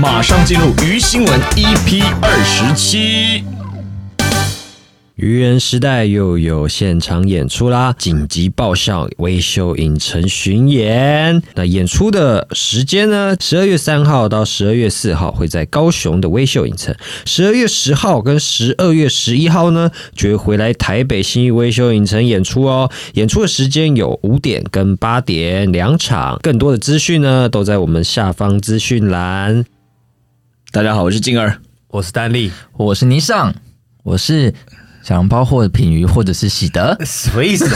马上进入鱼新闻 EP 二十七。愚人时代又有现场演出啦！紧急爆笑微秀影城巡演，那演出的时间呢？十二月三号到十二月四号会在高雄的微秀影城，十二月十号跟十二月十一号呢，就会回来台北新义微秀影城演出哦。演出的时间有五点跟八点两场，更多的资讯呢都在我们下方资讯栏。大家好，我是静儿。我是丹力，。我是霓尚，我是小笼包或品鱼或者是喜德什么意思？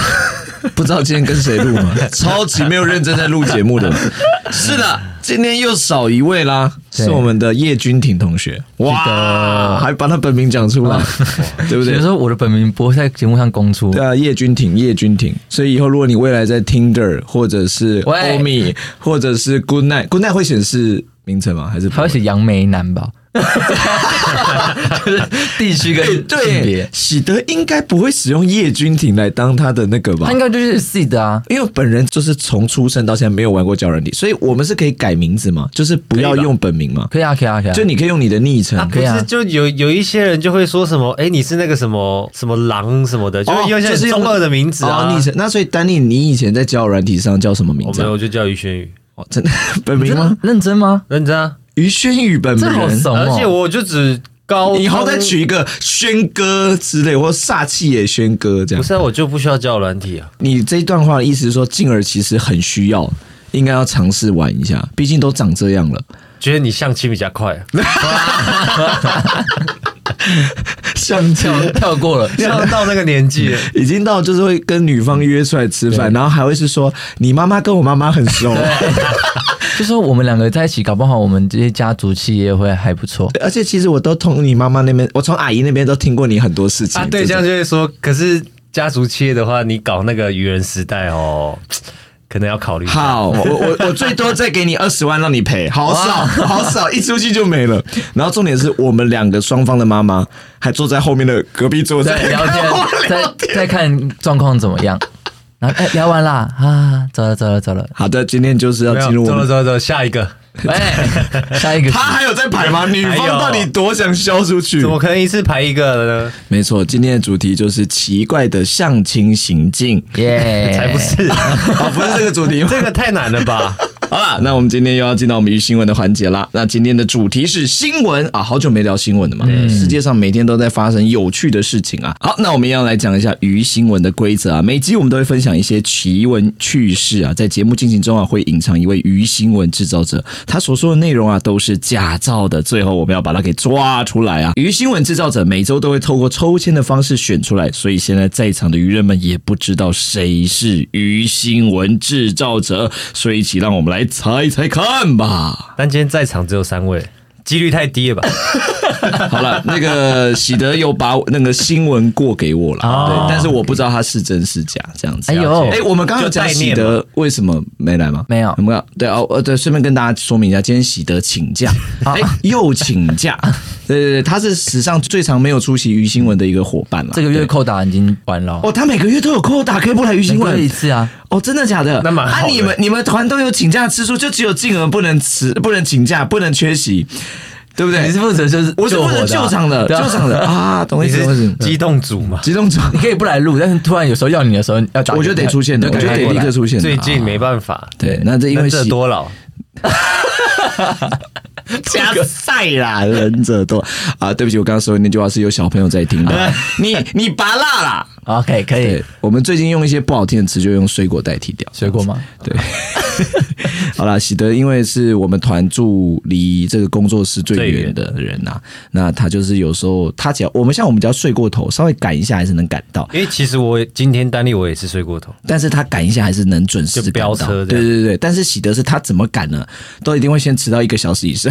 不知道今天跟谁录 吗？超级没有认真在录节目的。是的，今天又少一位啦，对是我们的叶君婷同学。哇，还把他本名讲出来，对不所对以？说我的本名不会在节目上公出对。啊，叶君婷，叶君婷。所以以后如果你未来在 Tinder 或者是喂 Omi 或者是 Good Night，Good Night 会显示名称吗？还是不他会写杨梅男吧？就是地区跟性对别，，喜德应该不会使用叶君婷来当他的那个吧他应？该就是自己的啊。因为本人就是从出生到现在没有玩过交友软体，所以我们是可以改名字嘛，就是不要用本名嘛，可以啊，可以啊，可以啊。就你可以用你的昵称。啊，不可以啊是，就有有一些人就会说什么，哎，你是那个什么什么狼什么的，就哦有一些就是很用中二的名字啊哦，。昵称。那所以丹尼，你以前在交友软体上叫什么名我字们啊？我就叫于轩宇，哦，真的本名真吗的？认真吗？认真啊。于轩宇本名这。好怂而且哦！我就只高，以后再。取一个轩哥之类，或煞气也轩哥这样。不是啊，我就不需要交友软体啊。你这一段话的意思是说，静儿其实很需要，应该要尝试玩一下，毕竟都长这样 了。觉得你相亲比较 快啊，像这样跳跳过了，要到那个年 纪了，已经到就是会跟女方约出来吃饭，然后还会是说你妈妈跟我妈妈很熟，就说我们两个在一起，搞不好我们这些家族企业会还不错。 而且其实我都从你妈妈那边，我从阿姨那边都听过你很多事情啊，对，这样种就会说，可是家族企业的话，你搞那个愚人时代哦，可能要考虑一下。好，我我我最多再 给你二十万让你赔，好少好少，一出去就没了。然后重点是我们两个双方的妈妈还坐在后面的隔壁桌在在 聊天，在在看状况怎么样。然后哎、聊完啦啊，走了走了走了。好的，今天就是要没有进入我走了们。嗯走了走了，下一个， 哎、下一个他还有在排吗？女方还有到底多想消出去哎怎？么可能一次排一个的呢？没错，今天的主题就是奇怪的相亲行径。耶，哎才 不是，哦，不是这个主题吗？这个太难了吧？ 好啦，那我们今天又要进到我们鱼新闻的环节啦。那今天的主题是新闻啊，好久没聊新闻了嘛。世界上每天都在发生有趣的事情啊。好，那我们一样来讲一下鱼新闻的规则啊。每集我们都会分享一些奇闻趣事啊，在节目进行中啊，会隐藏一位鱼新闻制造者，他所说的内容啊都是假造的，最后我们要把它给抓出来啊。鱼新闻制造者每周都会透过抽签的方式选出来，所以现在在场的鱼人们也不知道谁是鱼新闻制造者，所以一起让我们来猜猜看 吧。但今天在场只有三位，几率太低了吧？好了，那个喜德有把那个新闻过给我了，对，但是我不知道他是真是假，这样子。哦哎呦哎、我们刚刚有讲就代喜念嘛德为什么没来吗？没有我们刚对哦呃对，顺便跟大家说明一下，今天喜德请假，哎、又请假，对对对，他是史上最长没有出席于新闻的一个伙伴了。这个月对扣打已经完了，哦，他每个月都有扣打，可以不来于每新个月一闻。次啊。哦，真的假的？那蛮好啊，的你们你们团队有请假次数，就只有静儿不能辞，不能请假，不能缺席，对不对？你是负责就是我是救负火责的啊救场的，对啊救场 的啊，懂我你意思？懂我意是思激动组嘛？激动者，你可以不来录，但是突然有时候要你的时候要打给他，我就得出现的，你我就就赶得快过立来刻出现的。最近没办法，对，那这因为能者多劳，加赛啦，忍者多 啊！对不起，我刚刚说的那句话是有小朋友在听的， 你你拔辣啦。哎 OK，可以 对，我们最近用一些不好听的词，就用水果代替 掉。水果吗？对，好啦，喜德因为是我们团助离这个工作室最远的人呐、那他就是有时候他只要我们像我们只要睡过头，稍微赶一下还是能赶到，因为其实我今天单例我也是睡过头，但是他赶一下还是能准时就赶飙到。车这对样对对，但是喜德是他怎么赶呢？都一定会先迟到一个小时以上。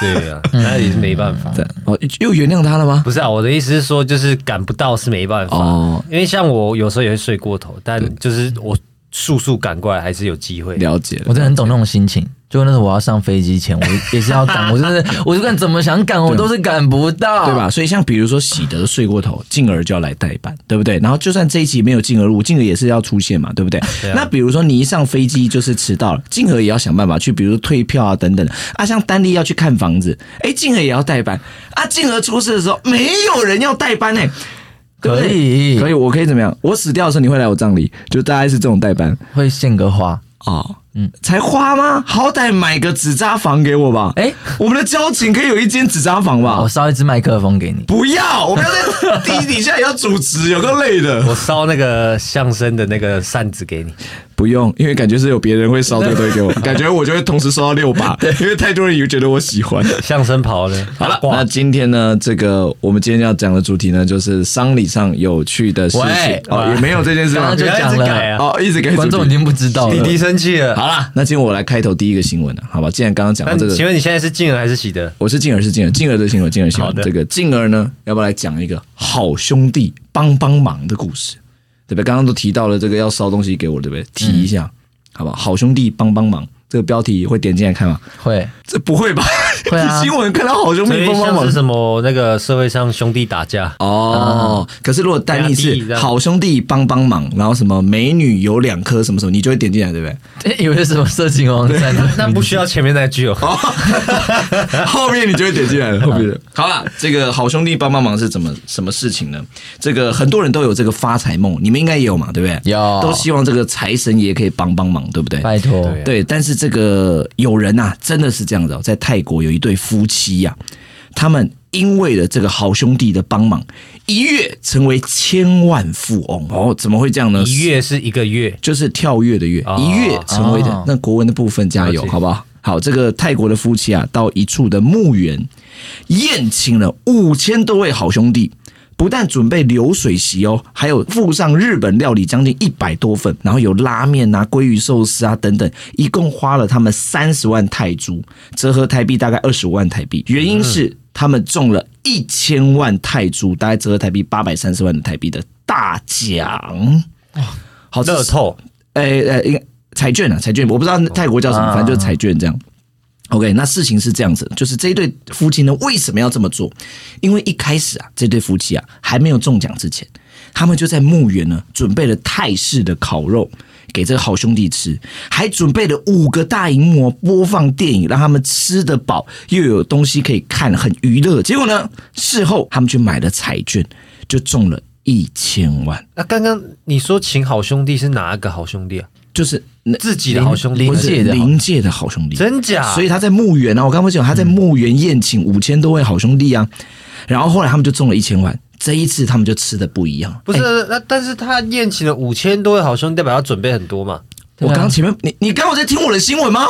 对啊，那也是没办法。对哦，又原谅他了吗？不是啊，我的意思是说，就是赶不到是没办法，哦因为像我有时候也会睡过头，但就是我速速赶过来还是有机会。了解了。我真的很懂那种心情，就那时候我要上飞机前，我也是要 赶，我就是我就看怎么想赶，我都是赶不到，对吧？？所以像比如说喜德睡过头，静儿就要来代班，对不对？然后就算这一集没有静儿录，静儿也是要出现嘛，对不对？啊那比如说你一上飞机就是迟到了，静儿也要想办法去，比如说退票啊等等的啊，像丹丽要去看房子，哎，静儿也要代班啊。静儿出事的时候，没有人要代班哎、对不可对以，可以，我可以怎么样？我死掉的时候你会来我葬礼，就大概是这种代班会献个花，哦。嗯，才花吗？好歹买个纸扎房给我吧。哎我们的交情可以有一间纸扎房吧？我烧一支麦克风给你。不要，我不要在地底下也要主持，有个累的。我烧那个相声的那个扇子给你， 不用，因为感觉是有别人会烧这个东西给我， 感觉我就会同时收到六 把，因为太多人以为觉得我喜欢。相声袍呢？好了，哇那今天呢，这个我们今天要讲的主题呢，就是丧礼上有趣的事情喂哦，也没有这件事刚吗刚？就讲不要一直改了，啊哦，一直给观众已经不知道弟了。弟生气了。好了，那今天我来开头第一个新闻了，啊好吧？既然刚刚讲到那这个，请问你现在是静儿还是喜德？我是静儿，是静儿，静儿的新闻，静儿新闻好。的这个静儿呢，要不要来讲一个好兄弟帮帮忙的故事？对不对？刚刚都提到了这个要烧东西给我，对不对？提一下，好不好？好兄弟帮帮忙，这个标题会点进来看吗？会， 这不会吧？会啊新闻看到好兄所弟以帮帮像是忙。什么那个社会上兄弟打架，哦，可是如果单立啊压低这是样好兄弟帮帮忙，然后什么美女有两颗什么什么，你就会点进来，对不对？诶以为是什么色情网站？那不需要前面那句哦。 后面你就会点进来了。后面的 好了，这个好兄弟帮帮忙是怎么什么事情呢？这个很多人都有这个发财梦，你们应该也有嘛，对不对？有都希望这个财神爷可以帮帮忙，对不对？拜托，对，但是这个有人呐、真的是这样子、哦，在泰国有一对夫妻呀、他们因为了这个好兄弟的帮忙，一跃成为千万富翁哦，怎么会这样呢？一跃是一个月，就是跳跃的跃，哦一跃成为的哦。那国文的部分加油了，解好不好？好，这个泰国的夫妻啊，到一处的墓园宴请了五千多位好兄弟，不但准备流水席哦，还有附上日本料理将近一百多份，然后有拉面啊、鲑鱼寿司啊等等，一共花了他们三十万泰铢，折合台币大概二十五万台币。原嗯因是他们中了一千万泰铢，大概折合台币八百三十万的台币的大奖。好，这哦乐透诶呃，应该彩券啊，彩券，我不知道泰国叫什么，反正就是彩券这样。OK，那事情是这样子，就是这一对夫妻呢，为什么要这么做？因为一开始啊，这对夫妻啊还没有中奖之前，他们就在墓园呢准备了泰式的烤肉给这个好兄弟吃，还准备了五个大荧幕哦播放电影，让他们吃得饱，又有东西可以看，很娱乐。结果呢，事后他们去买了彩券，就中了一千万，那刚刚你说请好兄弟是哪个好兄弟啊？就是那自己的好兄弟邻不吗，是界的好灵界的好兄弟，真假？所以他在墓园啊，我刚刚不是讲他在墓园宴请五千多位好兄弟啊，然后后来他们就中了一千万，这一次他们就吃的不一样。不是那，但是他宴请了五千多位好兄弟，代表要准备很多嘛？啊我刚刚前面你你刚刚有在听我的新闻吗？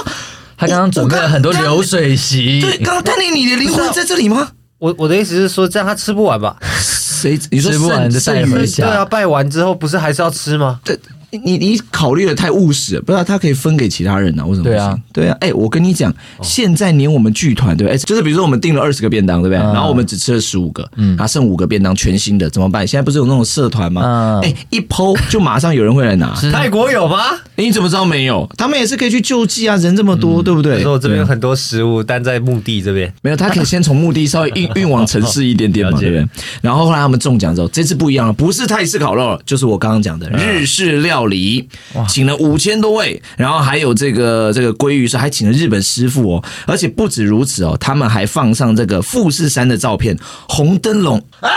他刚刚准备了很多我我刚流水席，对，刚刚丹尼，你的灵啊魂在这里吗？我我的意思是说，这样他吃不完 吧？谁你说吃不完剩的剩带余回对家啊，拜完之后不是还是要吃吗？对，你你考虑的太务实了，不知道他可以分给其他人啊？为什么不行？对啊，哦对啊。哎、我跟你讲，现在连我们剧团对不对？哎就是比如说我们订了二十个便当，对不对？嗯然后我们只吃了十五个，嗯，啊，剩五个便当全新的怎么办？现在不是有那种社团吗？嗯哎、一剖就马上有人会来拿。 哎是泰国有吗？你怎么知道没有？他们也是可以去救济啊，人这么嗯多，对不我对说？我这边有很多食物，但在墓地这边。没有，他可以先从墓地稍微运运往城市一点点嘛，了解对不对？然后后来他们中奖之后，这次不一样了，不是泰式烤肉了，就是我刚刚讲的啊日式料理，请了五千多位，然后还有这个这个鲑鱼是还请了日本师傅哦，而且不止如此哦，他们还放上这个富士山的照片，红灯 笼啊！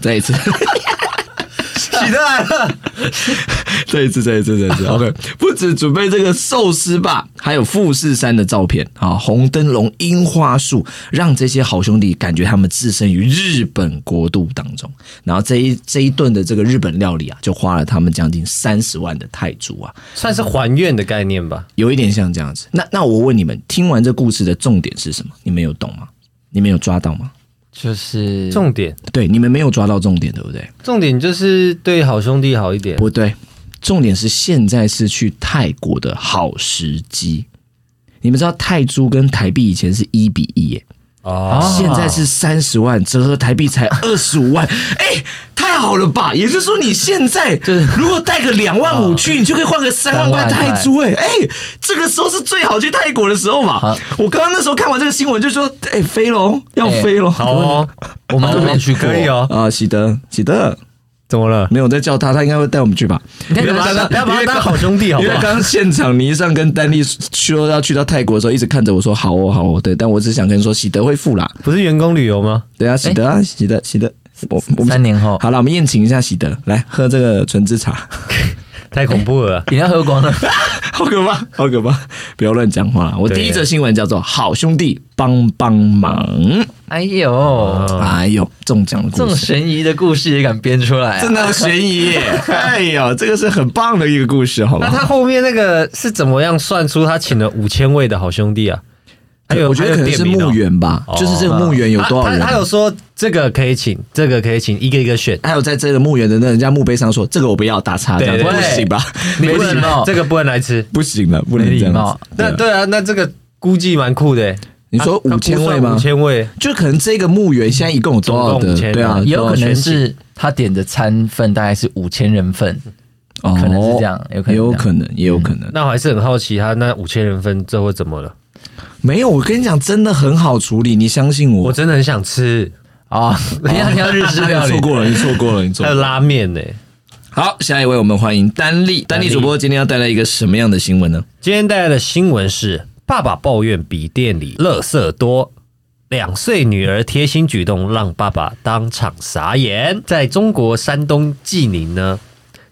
再一次。喜德来了， 这一次，这一次，这一次，OK，不止准备这个寿司吧，还有富士山的照片啊，红灯笼、樱花树，让这些好兄弟感觉他们置身于日本国度当中。然后这一这一顿的这个日本料理啊，就花了他们将近三十万的泰铢啊，算是还愿的概念吧？有一点像这样子。那那我问你们，听完这故事的重点是什么？你们有懂吗？你们有抓到吗？就是重点，对，你们没有抓到重点，对不对？重点就是对好兄弟好一点。不对，重点是现在是去泰国的好时机。你们知道泰铢跟台币以前是一比一耶，哦现在是三十万，折合台币才二十五万，哎、太好了吧？也就是说，你现在就是如果带个两万五去，你就可以换个三万块3万泰铢、哎哎，这个时候是最好去泰国的时候嘛好。我刚刚那时候看完这个新闻就说，哎、飞龙要哎飞龙、好哦，我们都没去过，可以哦。啊，喜德，喜德，怎么了？没有我在叫他，他应该会带我们去吧？你看不要把他不要把他当好兄弟，好因不为好？刚现场倪尚跟丹丽说要去到泰国的时候，一直看着我说好哦好哦，对，但我只想跟你说喜德会付啦，不是员工旅游吗？对啊，喜德啊，喜德喜德，我我们三年后好了，我们宴请一下喜德，来喝这个纯芝茶， 太恐怖了。啊饮料喝光了，好可怕，好可怕，不要乱讲话啦。我对第一则新闻叫做“好兄弟帮帮忙嗯哎呦，”，哎呦，中奖的这故种事。悬疑的故事也敢编出来啊，真的悬疑 耶！哎呦，这个是很棒的一个故事，好那吧？他后面那个是怎么样算出他请了五千位的好兄弟啊？还有我觉得可能是墓，园吧，哦就是这个墓园啊有还多少有店人名哦他他？他有说这个可以请，这个可以请，一个一个选。还有在这个墓园的那人家墓碑上说这个我不要打叉，这样对子对不对行吧？没不礼能貌这个不能来吃。不行了，不能没礼这样貌子。那对啊对啊，那这个估计蛮酷的欸。你说他五千位他估算吗五？千位，就可能这个墓园现在一共有多少总的共5000？对啊，人也有可多少能人是他点的餐份大概是五千人份，哦可能是这样有可也能是这样有可能，也有可能。那我还是很好奇他那五千人份最后怎么了？没有，我跟你讲，真的很好处理，你相信我我。真的很想吃，啊，你要你要日式料你 理错，过了，你错过了，你错还有过 了。拉面欸呢。好，下一位我们欢迎丹丽，丹丽主播今天要带来一个什么样的新闻呢？今天带来的新闻是：爸爸抱怨笔电里垃圾多，两岁女儿贴心举动让爸爸当场傻眼。在中国山东济宁呢，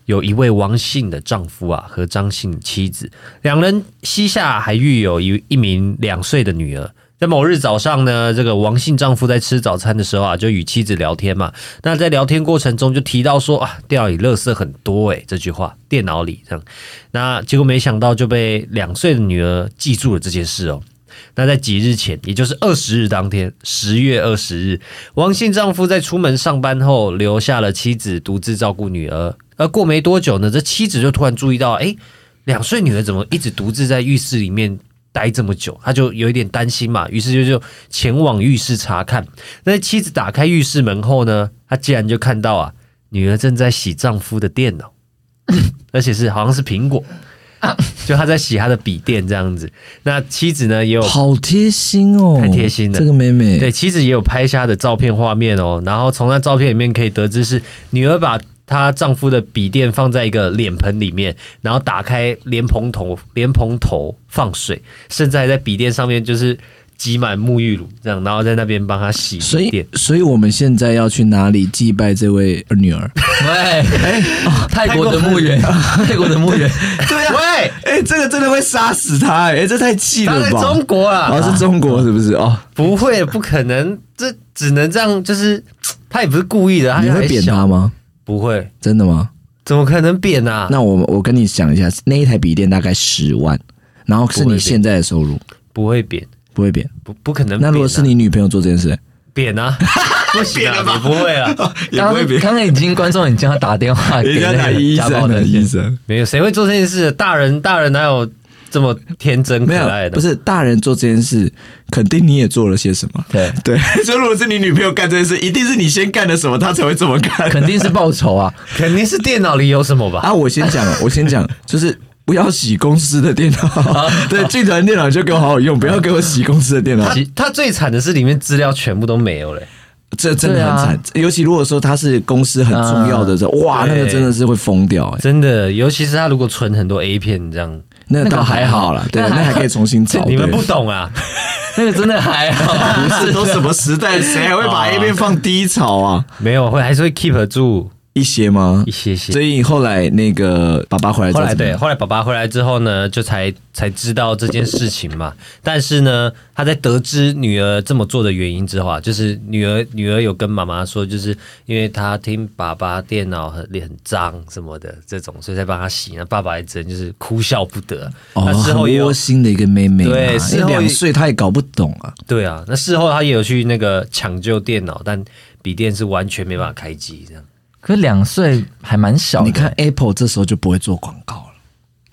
有一位王姓的丈夫啊和张姓妻子，两人膝下还育有一一名两岁的女儿。在某日早上呢，这个王姓丈夫在吃早餐的时候啊，就与妻子聊天嘛。那在聊天过程中就提到说啊，电脑里垃圾很多诶、这句话，电脑里这样。那结果没想到就被两岁的女儿记住了这件事哦。那在几日前，也就是二十日当天，十月二十日，王姓丈夫在出门上班后，留下了妻子独自照顾女儿。而过没多久呢，这妻子就突然注意到，哎，两岁女儿怎么一直独自在浴室里面待这么久？她就有一点担心嘛，于是就就前往浴室查看。那妻子打开浴室门后呢，她竟然就看到啊，女儿正在洗丈夫的电脑，而且是好像是苹果。就她在洗她的笔电这样子，那妻子呢也 有好贴心哦，太贴心了这个妹妹。对，妻子也有拍下的照片画面哦。然后从那照片里面可以得知，是女儿把她丈夫的笔电放在一个脸盆里面，然后打开莲蓬头，莲蓬头放水，甚至还在笔电上面就是挤满沐浴乳这样，然后在那边帮她洗所笔以 电。，所以我们现在要去哪里祭拜这位女儿？喂，泰国的墓园，泰国的墓园，对啊，喂， 哎、这个真的会杀死他、哎、这太气她了在吧！中国啊，哦，是中国是不是？哦，不会，不可能，这只能这样，就是她也不是故意的，她啊你还会扁小他？吗？不会，真的吗？怎么可能扁啊？那我我跟你讲一下，那一台笔电大概十万，然后是不会你变现在的收入，不会扁，不会变。不不可能扁啊、那如果是你女朋友做这件事，扁 啊，不行啊，你不会啊，刚刚刚刚已经观众已经要打电话给那个家暴的人，生没有谁会做这件事。大人，大人哪有这么天真可没爱有，的？不是大人做这件事，肯定你也做了些什么。对，对， 所以如果是你女朋友干这件事，一定是你先干了什么，她才会这么干。肯定是报仇啊！肯定是电脑里有什么吧？啊，我先 讲，我先讲，就是不要洗公司的电脑， 对，剧团电脑就给我好好用，不要给我洗公司的电脑他。他最惨的是里面资料全部都没有嘞，这真的很惨，尤其如果说他是公司很重要的时候，哇，那对个真的是会疯掉哎、真的，尤其是他如果存很多 A 片这样，那倒还好啦，对，那还可以重新哦找。你们对不懂啊，那个真的 还好，不是都什么时代，谁还会把 A 片放低潮啊？没有会还是会 keep 住一些吗一？些些所。以后来那个爸爸回来之后后来怎么对，样，后来爸爸回来之后呢，就才才知道这件事情嘛。但是呢，他在得知女儿这么做的原因之后啊，就是女儿女儿有跟妈妈说，就是因为她听爸爸电脑很很脏什么的这种，所以才帮他洗。那爸爸也只能就是哭笑不得。那哦，事后也很有窝心的一个妹妹嘛，对事因为后两岁她也搞不懂啊。对啊，那事后他也有去那个抢救电脑，但笔电是完全没办法开机这样。可两岁还蛮小的，你看 Apple 这时候就不会做广告了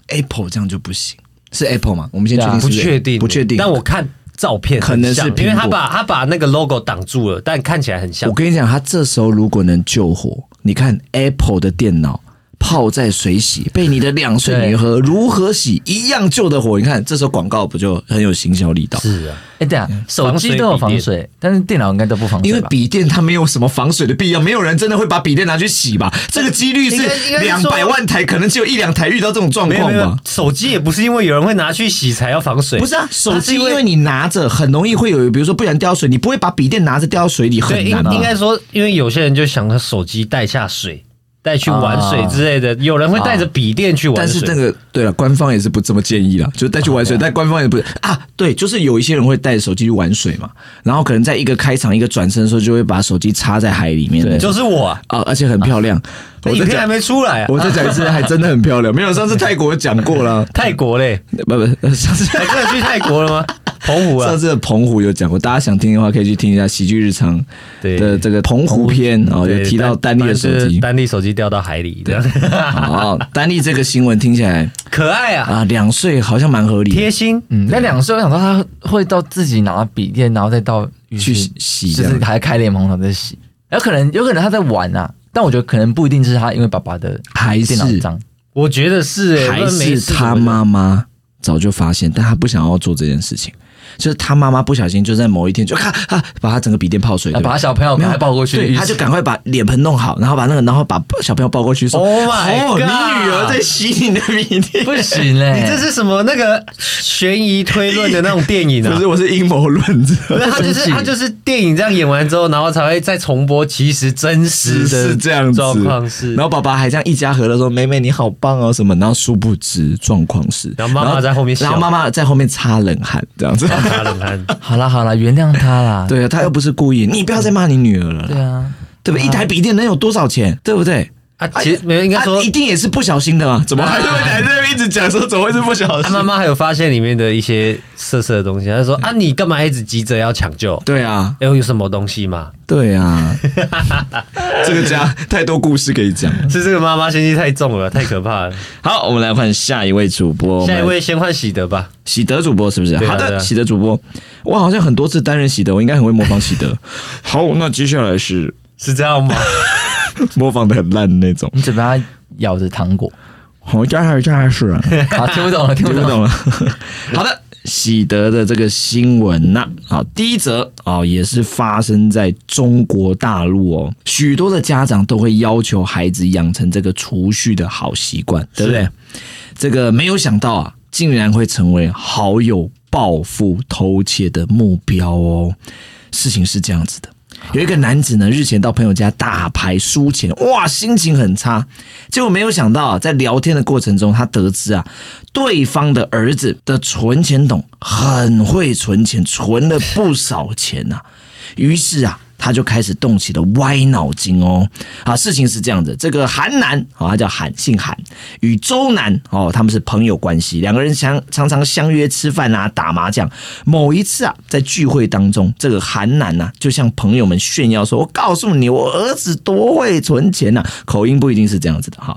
，Apple 这样就不行，是 Apple 吗？我们先确对啊嗯定是不是确定，不确定。但我看照片可能是很像因为苹他果把他把那个 logo 挡住了，但看起来很像我。跟你讲，他这时候如果能救火，你看 Apple 的电脑泡在水洗，被你的两岁女儿如何洗一样救的火。你看这时候广告不就很有行销力道？是啊，哎，对啊，手机都有防水，但是电脑应该都不防因水为吧？笔电它没有什么防水的必要，没有人真的会把笔电拿去洗吧？这个几率是应该应该两是说百万台，可能只有一两台遇到这种状没有况哦没有吧。，手机也不是因为有人会拿去洗才要防水，不是啊，手它是机因为你拿着很容易会有，比如说不然掉水，你不会把笔电拿着掉到水里，对，很应难吧啊应该说，因为有些人就想他手机带下水，带去玩水之类的，有人会带着笔电去玩啊但是水。那个对了，官方也是不这么建议啦，就是带去玩水，但官方也不是啊，对，就是有一些人会带着手机去玩水嘛，然后可能在一个开场一个转身的时候，就会把手机插在海里面，对就就是我、啊，啊，而且很漂亮。那我影在片还讲，没出来啊，我在讲一次，还真的很漂亮。没有，上次泰国讲过 了，泰国嘞，不不，上次还真的去泰国了吗？澎湖啊上，次的澎湖有讲过，大家想听的话可以去听一下《喜剧日常》的对这个澎湖篇哦，有提到丹丹妮的手机。丹利手机掉到海里，这样 好，哦丹妮这个新闻听起来 可爱啊，啊，两岁好像蛮合理的，贴心。嗯，那两岁，我想说他会到自己拿笔电，然后再到浴去室洗这就样是还开联盟然后在洗，有可能有可能他在玩啊，但我觉得可能不一定是他因为爸爸的还是电脑脏，我觉得是、欸，还不然没是事他怎么妈妈早就发现，但他不想要做这件事情，就是他妈妈不小心就在某一天就咔啊，把他整个笔电泡水，啊对吧把他小朋友没赶有快抱过去浴对，室，他就赶快把脸盆弄好，然后把那个，然后把 小朋友抱过去说：“ Oh my 哦，你 God 女儿在洗你的笔 电。”不行嘞、 你这是什么那个悬疑推论的那种电影啊？不 是，我是阴谋论者，不是，他就生是气他就是电影这样演完之后，然后才会再重播，其实真实的是这样子状况是，然后爸爸还这样一家和乐说：“妹妹你好棒哦什么。”然后殊不知状况是，然后妈妈在后面笑然后妈妈在后面擦冷汗这样子。他冷汗，好啦好啦，原谅他啦，对啊，他又不是故意，你不要再骂你女儿了啦。对啊，对不对？一台笔电能有多少钱？对不对？ 啊，其实没有，应该说啊一定也是不小心的嘛？怎么还在还在那 边一直讲说怎么会是不嗯小他心啊妈？妈还有发现里面的一些色色的东西，他就说啊，你干嘛一直急着要抢救？对啊，哎，有什么东西吗？对 啊，这个家太多故事可以讲了。是这个妈妈心机太重了，太可 怕了。好，我们来换下一位主播，下一位先换喜德吧，喜德主播是不是？对啊好对的，啊喜德主播，我好像很多次担任喜德，我应该很会模仿喜德。 好，那接下来是是 这样吗？模仿的很烂的那种。你嘴巴咬着糖 果，好，接下来接下来 是、啊。啊，听不懂了，听不听不懂了。懂了。 好的，喜德的这个新闻呐、好，第一则哦，也是发生在中国大陆哦，许多的家长都会要求孩子养成这个储蓄的好习惯，对不对？这个没有想到啊，竟然会成为好友报复偷窃的目标哦。事情是这样子的。有一个男子呢，日前到朋友家打牌输钱，哇，心情很差。结果没有想到啊，在聊天的过程中，他得知啊，对方的儿子的存钱筒很会存钱，存了不少钱啊呐、于是啊，他就开始动起了歪脑筋哦。啊，事情是这样的，这个韩男啊、他叫韩，姓韩，与周男哦，他们是朋友关系，两个人相常常相约吃饭啊，打麻将。某一次啊，在聚会当中，这个韩男呐、就向朋友们炫耀说：“我告诉你，我儿子多会存钱呐、口音不一定是这样子的哈。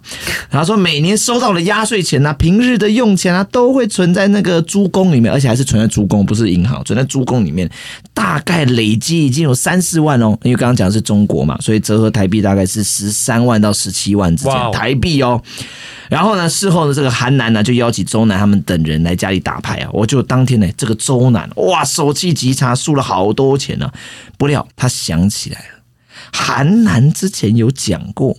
他说每年收到的压岁钱呐、平日的用钱啊，都会存在那个猪公里面，而且还是存在猪公，不是银行，存在猪公里面，大概累积已经有三四万哦。因为刚刚讲的是中国嘛，所以折合台币大概是十三万到十七万之间哇哦台币哦。然后呢，事后呢，这个韩南呢就邀请周南他们等人来家里打牌啊。我就当天呢，这个周南哇，手气极差，输了好多钱呢、不料他想起来了，韩南之前有讲过，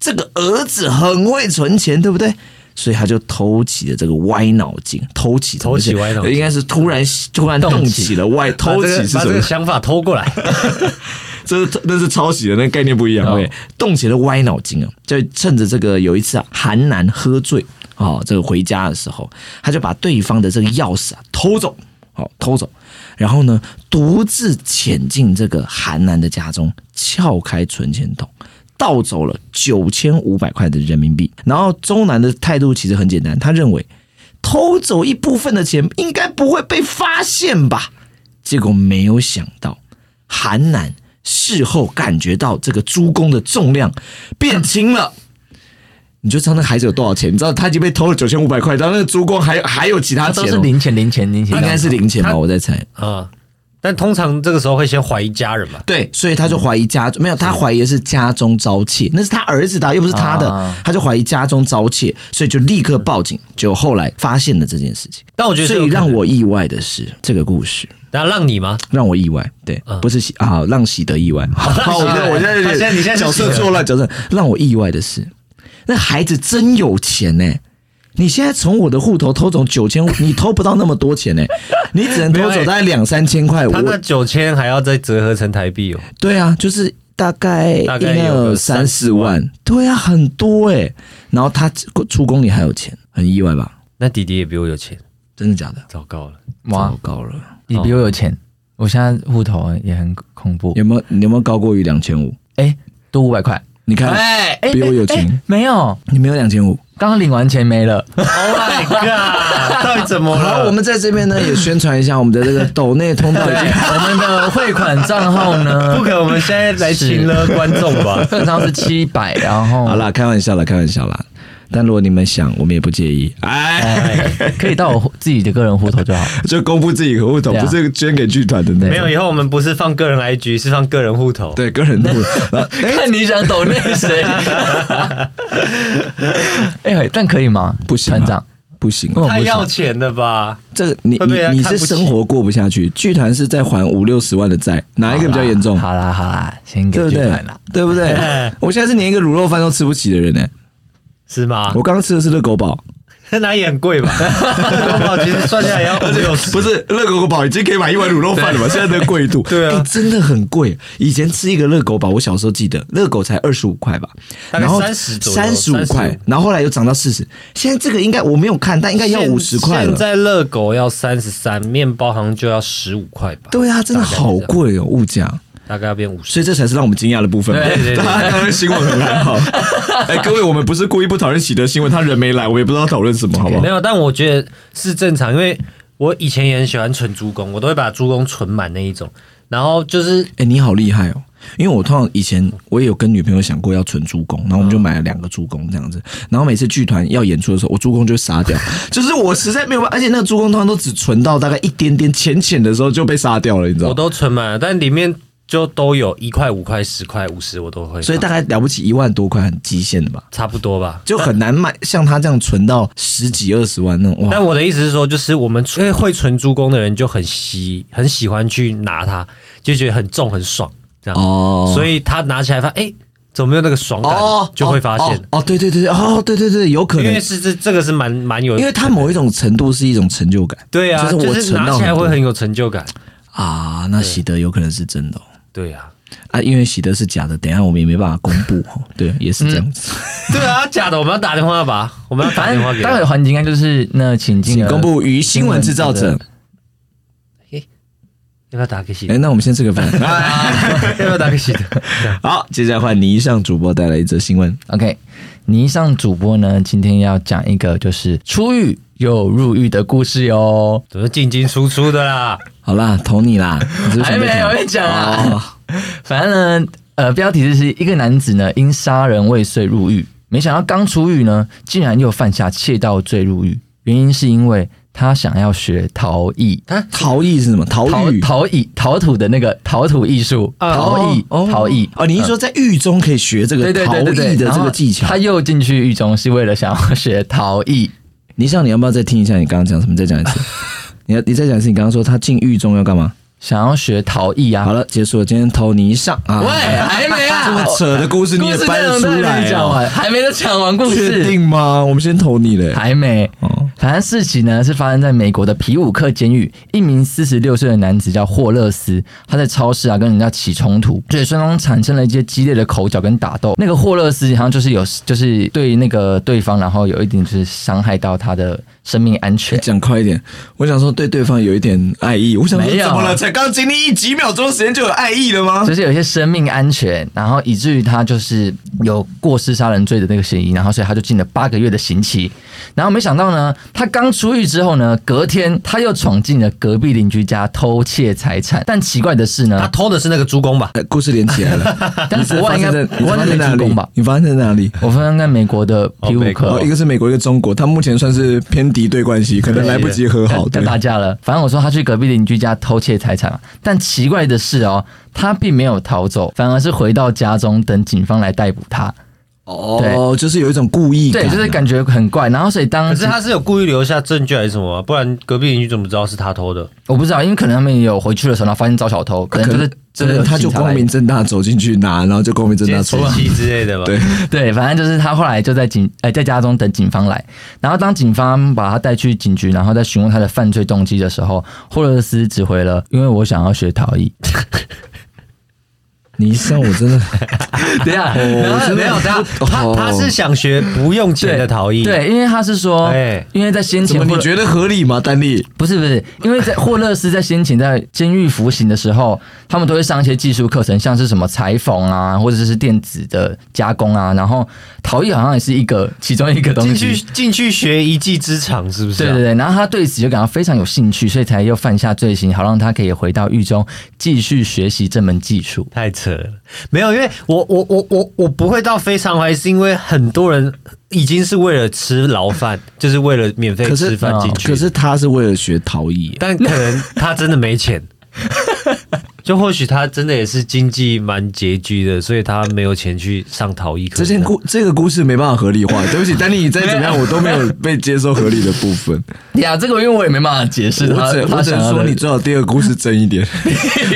这个儿子很会存钱，对不对？所以他就偷起了这个歪脑筋，偷起偷起歪脑筋应该是突然突然动起了歪，把这偷个起是把什么这个？想法偷过来，这是那是抄袭的，那概念不一样。哦 OK，动起了歪脑筋啊！就趁着这个有一次啊，韩南喝醉哦，这个回家的时候，他就把对方的这个钥匙啊偷走，好、偷走，然后呢，独自潜进这个韩南的家中，撬开存钱筒。盗走了九千五百块的人民币，然后周南的态度其实很简单，他认为偷走一部分的钱应该不会被发现吧？结果没有想到，韩南事后感觉到这个猪公的重量变轻了。你就知道那孩子有多少钱，你知道他已经被偷了九千五百块，然后那个珠光还 还有其他他钱、哦都是，零钱零哦钱零钱，应该是零钱吧，他我在猜。啊、但通常这个时候会先怀疑家人嘛，对，所以他就怀疑家没有，他怀疑的是家中遭窃，那是他儿子的啊，又不是他的，啊他就怀疑家中遭窃，所以就立刻报警。结果后来发现了这件事情。但我觉得是有最可能让我意外的是这个故事，那让你吗？让我意外，对，不是喜啊，让喜得意 外。好，我嗯喜得我现在有他现在点你现在是角色错乱，角色让我意外的是，那孩子真有钱呢、你现在从我的户头偷走九千， 你偷不到那么多钱呢、你只能偷走没有欸大概两三千块。他那我九千还要再折合成台币哦，对啊，就是大概大概有个应该三四万，对啊，很多哎、然后他出宫里还有钱，很意外吧？那弟弟也比我有钱，真的假的？糟糕了，哇糟，糕了！你比我有钱，我现在户头也很恐怖，有没有你有没有高过于两千五？哎，多五百块，你看，哎，哎比我有哎钱哎没有，你没有两千五。刚刚领完钱 没了， Oh my god！到底 怎么哎好，我们在这边 呢也宣传一下我们的这个抖内通道已经我们的汇款账号呢不？可，我们现在来请了观众吧。账号是七百，然后好啦，开玩笑啦，开玩笑啦。但如果你们想，我们也不介意。哎，哎，可以到我户自己的个人户头就好。就公布自己的户头，对啊不是捐给剧团的那 没有，种。以后我们不是放个人 IG，是放个人户头。对，个人 啊户头。然后看你想抖那 谁？哎，但可以吗？不行啊团长，不行啊，为什么太不要行？钱了吧？这个你会被人家你你看是不起生活过不下去，剧团是在还五六十万的债，哪一个比较严重？好啦好啦，先给对不剧对团啦。？对不 对哎？我现在是连一个卤肉饭都吃不起的人呢。是吗？我刚刚吃的是热狗堡，那也很 贵吧？国宝其实算下来要五六十。不是热狗堡已经可以买一碗卤肉饭了嘛？现在的贵度，对啊欸真的很贵。以前吃一个热狗堡，我小时候记得热狗才二十五块吧，大概然后30左右三十五块35，然后后来又涨到四十。现在这个应该我没有看，但应该要五十块现了。在热狗要三十三，面包好像就要十五块吧？对啊，真的好贵哦，物价。大概要变五十。所以这才是让我们惊讶的部分。对对对大家刚刚新闻很还 好。哎、各位，我们不是故意不讨论喜德新闻，他人没来，我也不知道讨论什么，好不好没？有，但我觉得是正常，因为我以前也很喜欢存猪公，我都会把猪公存满那一种。然后就是哎、你好厉害哦！因为我通常以前我也有跟女朋友想过要存猪公，然后我嗯们就买了两个猪公这样子。然后每次剧团要演出的时候，我猪公就会杀掉，就是我实在没有办法，而且那个猪公通常都只存到大概一点点浅浅的时候就被杀掉了，你知道我吗？都存满了，但里面就都有一块、五块、十块、五十，我都会放，所以大概了不起一万多块，很极限的吧，差不多吧。就很难买像他这样存到十几二十万那种哇。但我的意思是说，就是我们因为会存猪公的人就很喜很喜欢去拿它，就觉得很重很爽这样。哦所以他拿起来发现，哎、怎么没有那个爽感？就会发现，哦哦，哦对对对，哦，对对对，有可因能为，是这这个是蛮蛮有，因为它某一种程度是一种成就感，对啊，就就是我是存拿到起来会很很有成就感，啊，那喜德有可能是真的哦对啊，啊，因为喜德是假的，等一下我们也没办法公布哦，对，也是这样嗯子， 对啊，假的，我们要打电话吧，我们要打反电话给正他待会的环节应该就是那请进请的公布于新闻制造者，要不要打给喜哎，德？那我们先吃个 饭， 哎要不要打给喜德？好，接下来换倪尚主播带来一则新闻， OK，泥上主播呢，今天要讲一个就是出狱又入狱的故事哟。怎么进进出出的啦？好啦，投你啦，你是不是想被还没投我没讲啊哦反正呢，呃，标题就是一个男子呢因杀人未遂入狱，没想到刚出狱呢，竟然又犯下窃盗罪入狱，原因是因为他想要学陶艺。陶艺是什么？陶陶艺。陶艺陶土的那个陶土艺术，陶艺哦陶艺哦，你是说在狱中可以学这个对对陶对对艺对的这然后个技巧他？又进去狱中是为了想要学陶艺，倪尚，你要不要再听一下你刚刚讲什么？再讲一 次。你要你再讲一次，你刚刚说他进狱中要干嘛？想要学陶艺啊。好了，结束了。今天投倪尚啊，喂，还没啊！这么扯的故事你也搬得出故事内容都还来没讲哦？完，还没都讲完故确事，定吗？我们先投你嘞。还没。哦，反正事情呢是发生在美国的皮伍克监狱，一名四十六岁的男子叫霍勒斯，他在超市啊跟人家起冲突，所以双方产生了一些激烈的口角跟打斗。那个霍勒斯好像就是有就是对那个对方，然后有一点就是伤害到他的生命安全。讲快一点。我想说对对方有一点爱意。我想说没有怎么了？才刚经历一几秒钟的时间就有爱意了吗？就是有一些生命安全，然后以至于他就是有过失杀人罪的那个嫌疑，然后所以他就进了八个月的刑期。然后没想到呢，他刚出狱之后呢，隔天他又闯进了隔壁邻居家偷窃财产，但奇怪的是他 呢，偷的是那个猪公吧？呃故事连起来了。但 是国外应该国外发生应该在没哪成功里吧？？呃你发生在哪里？我分在美国的皮哦美五国科哦，一个是美国，一个中国，他目前算是偏敌对关系，可能来不及和好。要对，打架了。反正我说他去隔壁邻居家偷窃财产嘛，但奇怪的是哦，他并没有逃走，反而是回到家中等警方来逮捕他。哦，就是有一种故意感对，啊，就是感觉很怪。然后所以当可是他是有故意留下证据还是什么啊？不然隔壁邻居怎么知道是他偷的？我不知道，因为可能他们也有回去的时候，然后发现遭小偷，可能就是可真的能有他就警察来光明正大走进去拿，然后就光明正大监出视来。器之类的吧？对 对，反正就是他后来就在警呃在家中等警方来，然后当警方把他带去警局，然后再询问他的犯罪动机的时候，霍勒斯只回了：“因为我想要学陶艺。你像我真的，等一下，没有我真没有，的他他他是想学不用钱的陶艺，，对，因为他是说哎，因为在先嗯怎前么霍你勒觉得合理吗，丹丽？不是不是，因为在霍勒斯在先前在监狱服刑的时候，他们都会上一些技术课程，像是什么裁缝啊，或者是电子的加工啊，然后陶艺好像也是一个其中一个东进西。去进去学一技之长是不是对啊？对对，然后他对此就感到非常有兴趣，所以才又犯下罪行，好让他可以回到狱中继续学习这门技术。太扯了，没有，因为我我我我我不会到非常怀疑，是因为很多人已经是为了吃牢饭，就是为了免费可是啊吃饭进去，可是他是为了学陶艺，但可能他真的 没钱，就或许他真的也是经济蛮拮据的，所以他没有钱去上陶艺课。这件故这个故事没办法合理 化。对不起，丹丽，你再怎么样，我都没有被接受合理的部分。呀，这个因为我也没办法解释我 他只我他只想能要说的你最好第二个故事真一 点，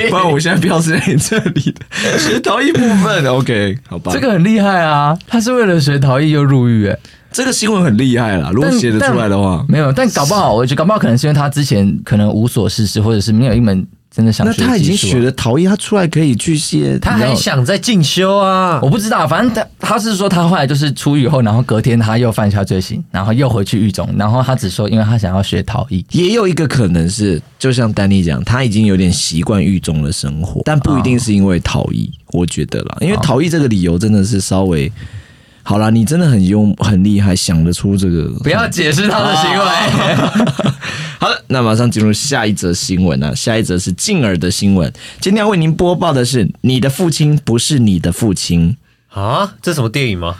不然我现在标示在你这里的学陶艺部分。OK，好吧，这个很厉害啊，他是为了学陶艺又入狱哎、这个新闻很厉害啦，如果但写得出来的话但。没有，但搞不好，我觉得搞不好可能是因为他之前可能无所事事，或者是没有一门真的想那学的技术啊。他已经学了陶艺，他出来可以去写，他还想再进修啊我！不知道，反正他他是说他后来就是出狱后，然后隔天他又犯下罪行，然后又回去狱中，然后他只说因为他想要学陶艺，也有一个可能是，就像丹尼讲，他已经有点习惯狱中的生活，但不一啊定是因为逃逸，我觉得啦，因为逃逸这个理由真的是稍微，好啦，你真的很幽很厉害，想得出这个。不要解释他的行为。 好了，那马上进入下一则新闻啊，下一则是静儿的新闻，今天要为您播报的是你的父亲不是你的父亲。啊，这什么电影吗？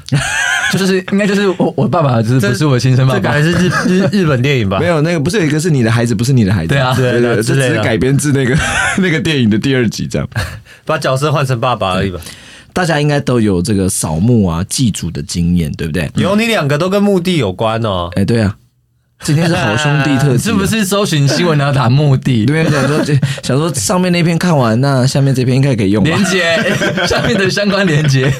就是应该就是我我爸爸就是不是我亲生爸这个还爸，是日日日本电影 吧没？有，那个不是有一个是你的孩子，不是你的孩子。啊对对啊对对，对这之类只是的改编自那个 那个电影的第二集这样。把角色换成爸爸而已吧。大家应该都有这个扫墓啊、祭祖的经验，对不对？有你两个都跟墓地有关哦。哎，对啊，今天是好兄弟特辑啊、 是不是搜寻新闻然后打目的对？面想说，这想说上面那篇看完，那下面这篇应该可以用吧连？ 接上面的相关连接，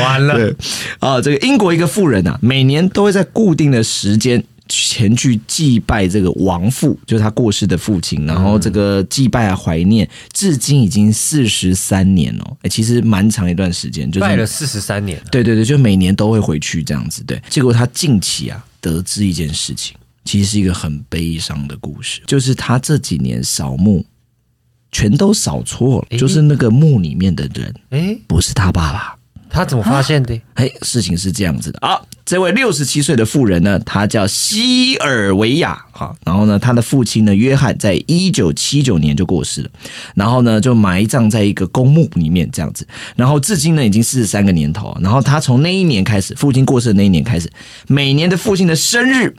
完了，对，啊，这个英国一个富人啊，每年都会在固定的时间。前去祭拜这个亡父，就是他过世的父亲，然后这个祭拜啊怀念，至今已经四十三年哦、哎，其实蛮长一段时间，就是拜了四十三年了，对对对，就每年都会回去这样子。对，结果他近期啊得知一件事情，其实是一个很悲伤的故事，就是他这几年扫墓全都扫错了，就是那个墓里面的人诶，不是他爸爸。他怎么发现的？哎，事情是这样子的啊，这位六十七岁的妇人呢，她叫西尔维亚啊，然后呢，她的父亲呢约翰在一九七九年就过世了，然后呢就埋葬在一个公墓里面这样子，然后至今呢已经四十三个年头，然后他从那一年开始，父亲过世的那一年开始，每年的父亲的生日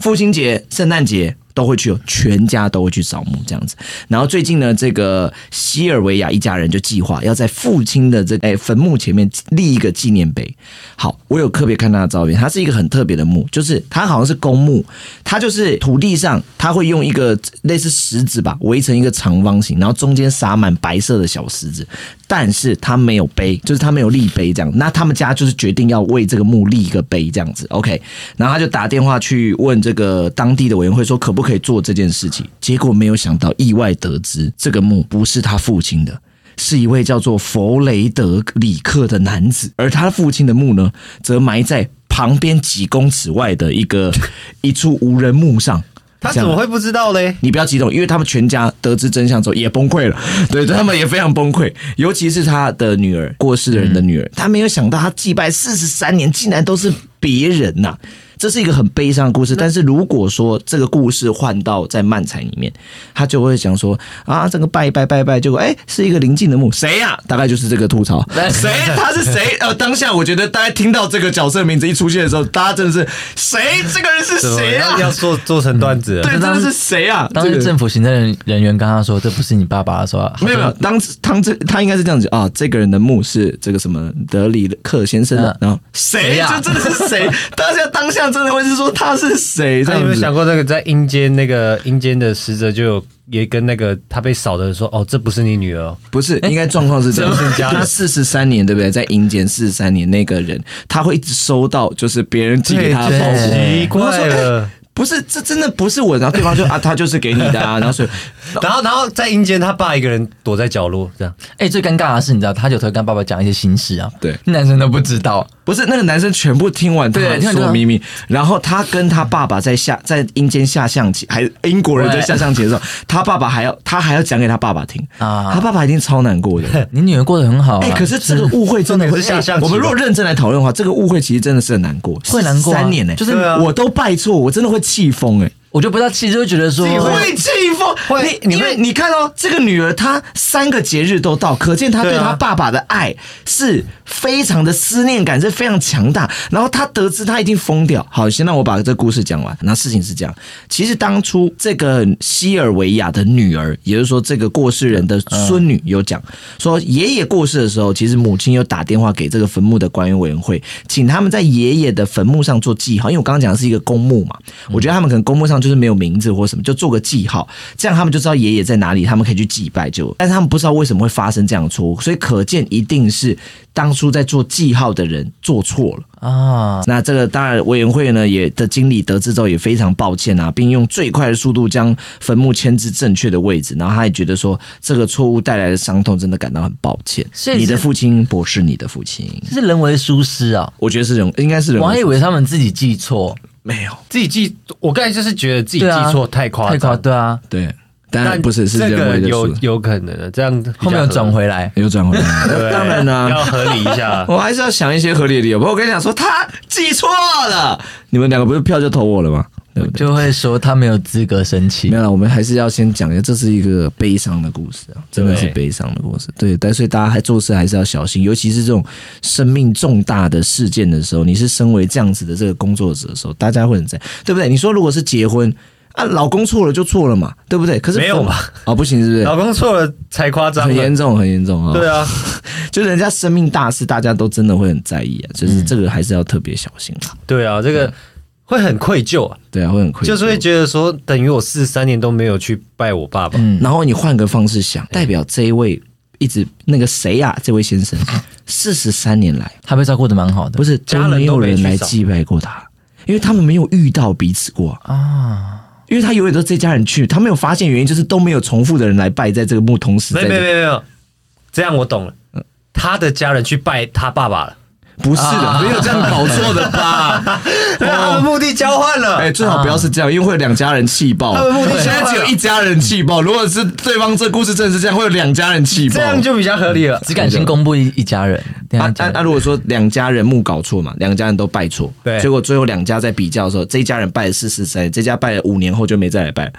父亲节、圣诞节都会去，全家都会去扫墓这样子。然后最近呢，这个西尔维亚一家人就计划要在父亲的这哎坟墓前面立一个纪念碑。好，我有特别看他的照片，它是一个很特别的墓，就是它好像是公墓，它就是土地上它会用一个类似石子吧围成一个长方形，然后中间撒满白色的小石子，但是它没有碑，就是它没有立碑这样。那他们家就是决定要为这个墓立一个碑这样子，OK。然后他就打电话去问这个当地的委员会说可不可以做这件事情，结果没有想到意外得知这个墓不是他父亲的。是一位叫做弗雷德里克的男子，而他父亲的墓呢，则埋在旁边几公尺外的一个 一处无人墓上。他怎么会不知道嘞？你不要激动，因为他们全家得知真相之后也崩溃了，对他们也非常崩溃，尤其是他的女儿，过世的人的女儿，他没有想到他祭拜四十三年竟然都是别人呐、这是一个很悲伤的故事。但是如果说这个故事换到在漫才里面，他就会讲说啊，这个拜一拜拜一拜，结果哎、是一个邻近的墓，谁呀、大概就是这个吐槽， 谁他是谁？呃，当下我觉得大家听到这个角色名字一出现的时候，大家真的是谁？这个人是怎么谁要啊要？做做成段子了？对，真的是谁啊？当这时个政府行政人员跟他说：“这不是你爸爸。”的时候，啊没有没有，当时当这他应该是这样子啊，这个人的墓是这个什么德里克先生的嗯，然后谁谁呀这真的是 谁？大家当下真的会是说他是谁这那你样有没有子？想过，那个在阴间那个阴间的死者就有也跟那个他被扫的人说：“哦，这不是你女儿哦。不 是，应该状况是这样这不是家，人他四十三年对不对？在阴间四十三年，那个人他会一直收到，就是别人寄给他的包对裹。奇怪了。不是，这真的不是我。然后对方就啊，他就是给你的啊。然后所以然后，然后在阴间，他爸一个人躲在角落，这样哎、最尴尬的是，你知道，他有时候跟爸爸讲一些心事啊，对男生都不知道。不是那个男生全部听完他对听完说他秘密，然后他跟他爸爸在下在阴间下象棋，还英国人在下象棋的时候，他爸爸还要他还要讲给他爸爸听啊他爸爸一定超难过的。你女儿过得很好、啊，哎、可是这个误会真的重会点是下象棋哎我吧们如果认真来讨论的话，这个误会其实真的是很难过，会难过啊三年呢、就是对啊我都拜错，我真的会气疯哎。我就不知道，其实就觉得说，你会气疯，会你你因会为你看哦，这个女儿她三个节日都到，可见她对对啊她爸爸的爱是非常的思念感是非常强大。然后她得知她一定疯掉。好，先让我把这故事讲完。那事情是这样，其实当初这个西尔维亚的女儿，也就是说这个过世人的孙女，有讲说爷爷过世的时候，其实母亲有打电话给这个坟墓的管理委员会，请他们在爷爷的坟墓上做记号，因为我刚刚讲的是一个公墓嘛，我觉得他们可能公墓上就是没有名字或什么，就做个记号，这样他们就知道爷爷在哪里，他们可以去祭拜就。但是他们不知道为什么会发生这样的错误，所以可见一定是当初在做记号的人做错了。啊，那这个当然委员会呢也的经理得知之后也非常抱歉啊，并用最快的速度将坟墓迁至正确的位置，然后他也觉得说这个错误带来的伤痛真的感到很抱歉。所以是你的父亲不是你的父亲，这是人为疏失啊。我觉得是人应该是人我还以为为他们自己记错，没有自己记。我刚才就是觉得自己对啊记错太夸太张，夸对啊，对，当然但不是是这人个为的疏有有可能的，这样比较后面有合转理，回来。有转回来，对当然啊啦、。要合理一下我还是要想一些合理的理由。不过我跟你讲说，他记错了，你们两个不是票就投我了吗？对不对？就会说他没有资格生气没，有了，我们还是要先讲一下，这是一个悲伤的故事啊，真的是对悲伤的故事。对，但所以大家还做事还是要小心，尤其是这种生命重大的事件的时候，你是身为这样子的这个工作者的时候，大家会很在，对不对？你说如果是结婚啊，老公错了就错了嘛，对不对？可是没有嘛啊、不行，是不是？老公错了才夸张很了，严重，很严重啊！对啊，就人家生命大事，大家都真的会很在意啊，就是嗯这个还是要特别小心啊。对啊，这个会很愧疚啊，对啊，会很愧疚。就是会觉得说，等于我四十三年都没有去拜我爸爸，然后你换个方式想，代表这一位一直那个谁呀、这位先生四十三年来他被照顾的蛮好的不是家人没有都没人去来找祭拜过他，因为他们没有遇到彼此过啊。啊。因为他永远都这家人去，他没有发现原因就是都没有重复的人来拜，在这个墓同时在没这没没没有，这样我懂了。他的家人去拜他爸爸了，不是啊的，没有这样搞错的 吧？对啊，他们目的交换 了。哎，最好不要是这样，因为会有两家人气爆。他们目的现在只有一家人气爆，如果是对方这故事真的是这样，会有两家人气爆这。样就比较合理了。只敢先公布一一家人，等啊一下啊家人啊！如果说两家人目搞错嘛，两家人都拜错，对结果最后两家在比较的时候，这一家人拜了四十三，这家拜了五年后就没再来 拜了。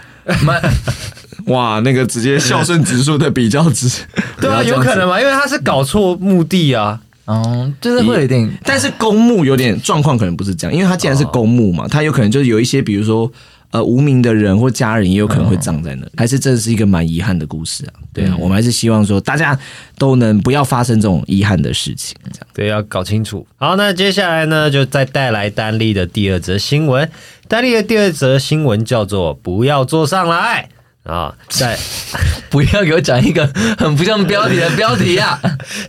哇，那个直接孝顺指数的比较值， 对啊，有可能嘛，因为他是搞错目的啊。哦，就是会有一点但是公墓有点状况，可能不是这样，因为它既然是公墓嘛，它有可能就是有一些，比如说呃无名的人或家人，也有可能会葬在那里，还是这是一个蛮遗憾的故事啊。对啊，我们还是希望说大家都能不要发生这种遗憾的事情。这样，对，要搞清楚。好，那接下来呢，就再带来丹利的第二则新闻。丹利的第二则新闻叫做“不要坐上来”啊，在不要给我讲一个很不像标 题的标题啊！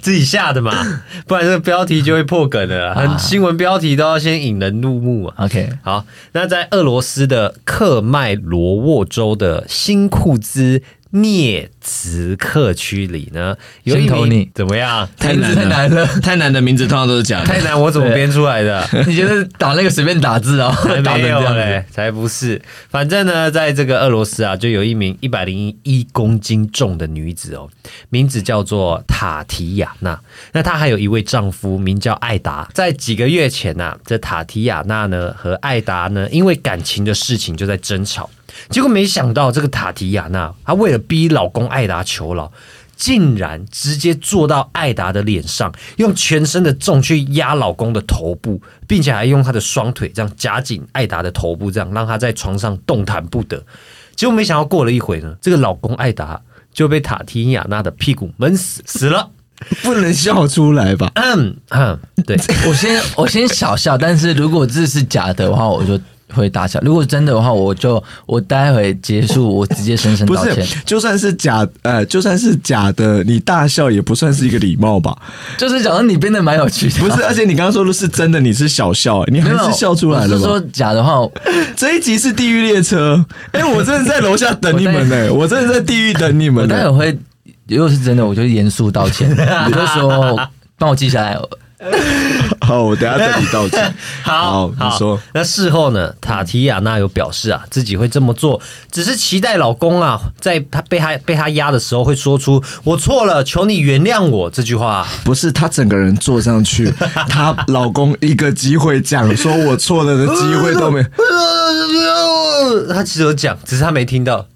自己下的嘛， 啊不然这个标题就会破梗了啦。很新闻标题都要先引人入目啊。 OK，好，那在俄罗斯的克麦罗沃州的新库兹涅茨克区里呢，有一先投名你怎么样？太难太难了， 太难的名字通常都是假的。 太难，我怎么编出来 的？你觉得打那个随便打字啊、才哦，打成没这有样子嘞，才不是。反正呢，在这个俄罗斯啊，就有一名一百零一公斤重的女子哦，名字叫做塔提亚娜。那她还有一位丈夫，名叫艾达。在几个月前呐、这塔提亚娜呢和艾达呢，因为感情的事情就在争吵。结果没想到，这个塔提亚娜，她为了逼老公艾达求饶，竟然直接坐到艾达的脸上，用全身的重去压老公的头部，并且还用她的双腿这样夹紧艾达的头部，这样让她在床上动弹不得。结果没想到过了一会呢，这个老公艾达就被塔提亚娜的屁股闷死，死了。不能笑出来吧？嗯嗯，对，我先我先小笑，但是如果这是假的话，我就会大笑；如果真的的话，我就我待会结束，我直接深深不道歉是。，就算是假，呃，就算是假的，你大笑也不算是一个礼貌吧？就是讲到你变得蛮有趣的，不是，而且你刚刚说的是真的，你是小笑，你还没有是笑出来了我是说吧？假 的话，这一集是地狱列车，哎、我真的在楼下等你们呢、我真的在哦地狱等你我们呢、待会会，如果是真的，我就严肃道 歉，我就说帮我记下来。好，我等一下等你道歉。好， 好，你说。那事后呢，塔提亚娜有表示啊，自己会这么做，只是期待老公啊，在她被她被她压的时候，会说出“我错了，求你原谅我”这句话。 不是她整个人坐上 去，她老公一个机会讲说我错了的机会都 没有。她其实有讲，只是她没听到，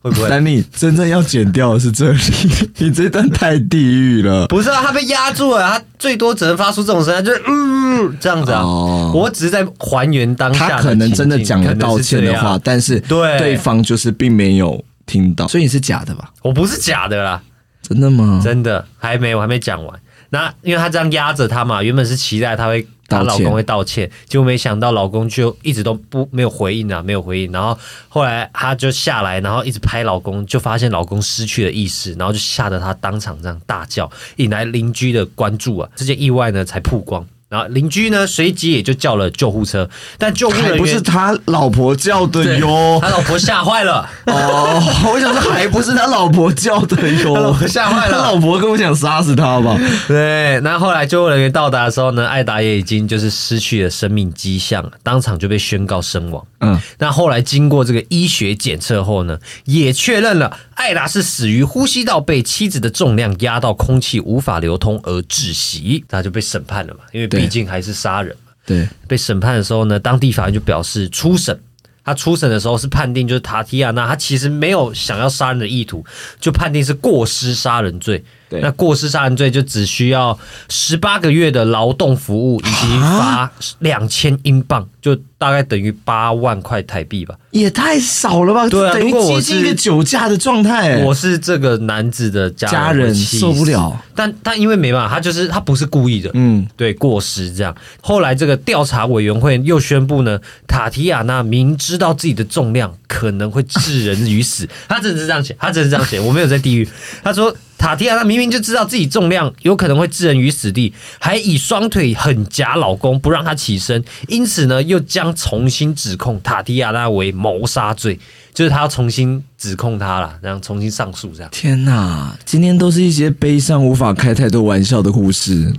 会 不会？但你真正要剪掉的是这里， 你这段太地狱了。不是啊，她被压住了，她最多只能发出这种声音，就是嗯这样子啊。哦我只是在还原当下他的可能情真的境讲了可能道是歉的这话样，啊但是对对方就是并没有听到，所以你是假的吧？我不是假的啦。真的吗？真的还没，我还没讲完。那因为她这样压着她嘛，原本是期待她会，她道老歉公会道歉，结果没想到老公就一直都不没有回应啊，没有回应。然后后来她就下来，然后一直拍老公，就发现老公失去了意识，然后就吓得她当场这样大叫，引来邻居的关注啊。这件意外呢才曝光，然后邻居呢随即也就叫了救护车，但救护人还员不是他老婆叫的哟他。老婆吓坏了。 哦，我想说还不是他老婆叫的哟。他老婆吓坏了他老婆跟我想杀死他吧？ 对，那后来救护人员到达的时候呢，艾达也已经就是失去了生命迹象了，当场就被宣告身亡。嗯，那后来经过这个医学检测后呢，也确认了艾达是死于呼吸道被妻子的重量压到空气无法流通而窒息，他就被审判了嘛，因为对毕竟还是杀人嘛。对，被审判的时候呢，当地法院就表示初审。他初审的时候是判定，就是塔提亚娜，他其实没有想要杀人的意图，就判定是过失杀人罪。对那过失杀人罪就只需要十八个月的劳动服务以及罚两千英镑，就大概等于八万块台币吧。也太少了吧？对啊等于如果我接是近一个酒驾的状态。我是这个男子的家哎家人我气死受不了，但但因为没办法，他就是他不是故意的，嗯，对过失这样。后来这个调查委员会又宣布呢，塔提亚娜明知道自己的重量可能会致人于死，他真的是这样写，他真的是这样写，我没有在地狱。他说塔提亚娜明明就知道自己重量有可能会置人于死地，还以双腿狠夹老公不让他起身，因此呢又将重新指控塔提亚娜为谋杀罪，就是他要重新指控他啦，然后重新上诉这样。天哪，今天都是一些悲伤无法开太多玩笑的故事。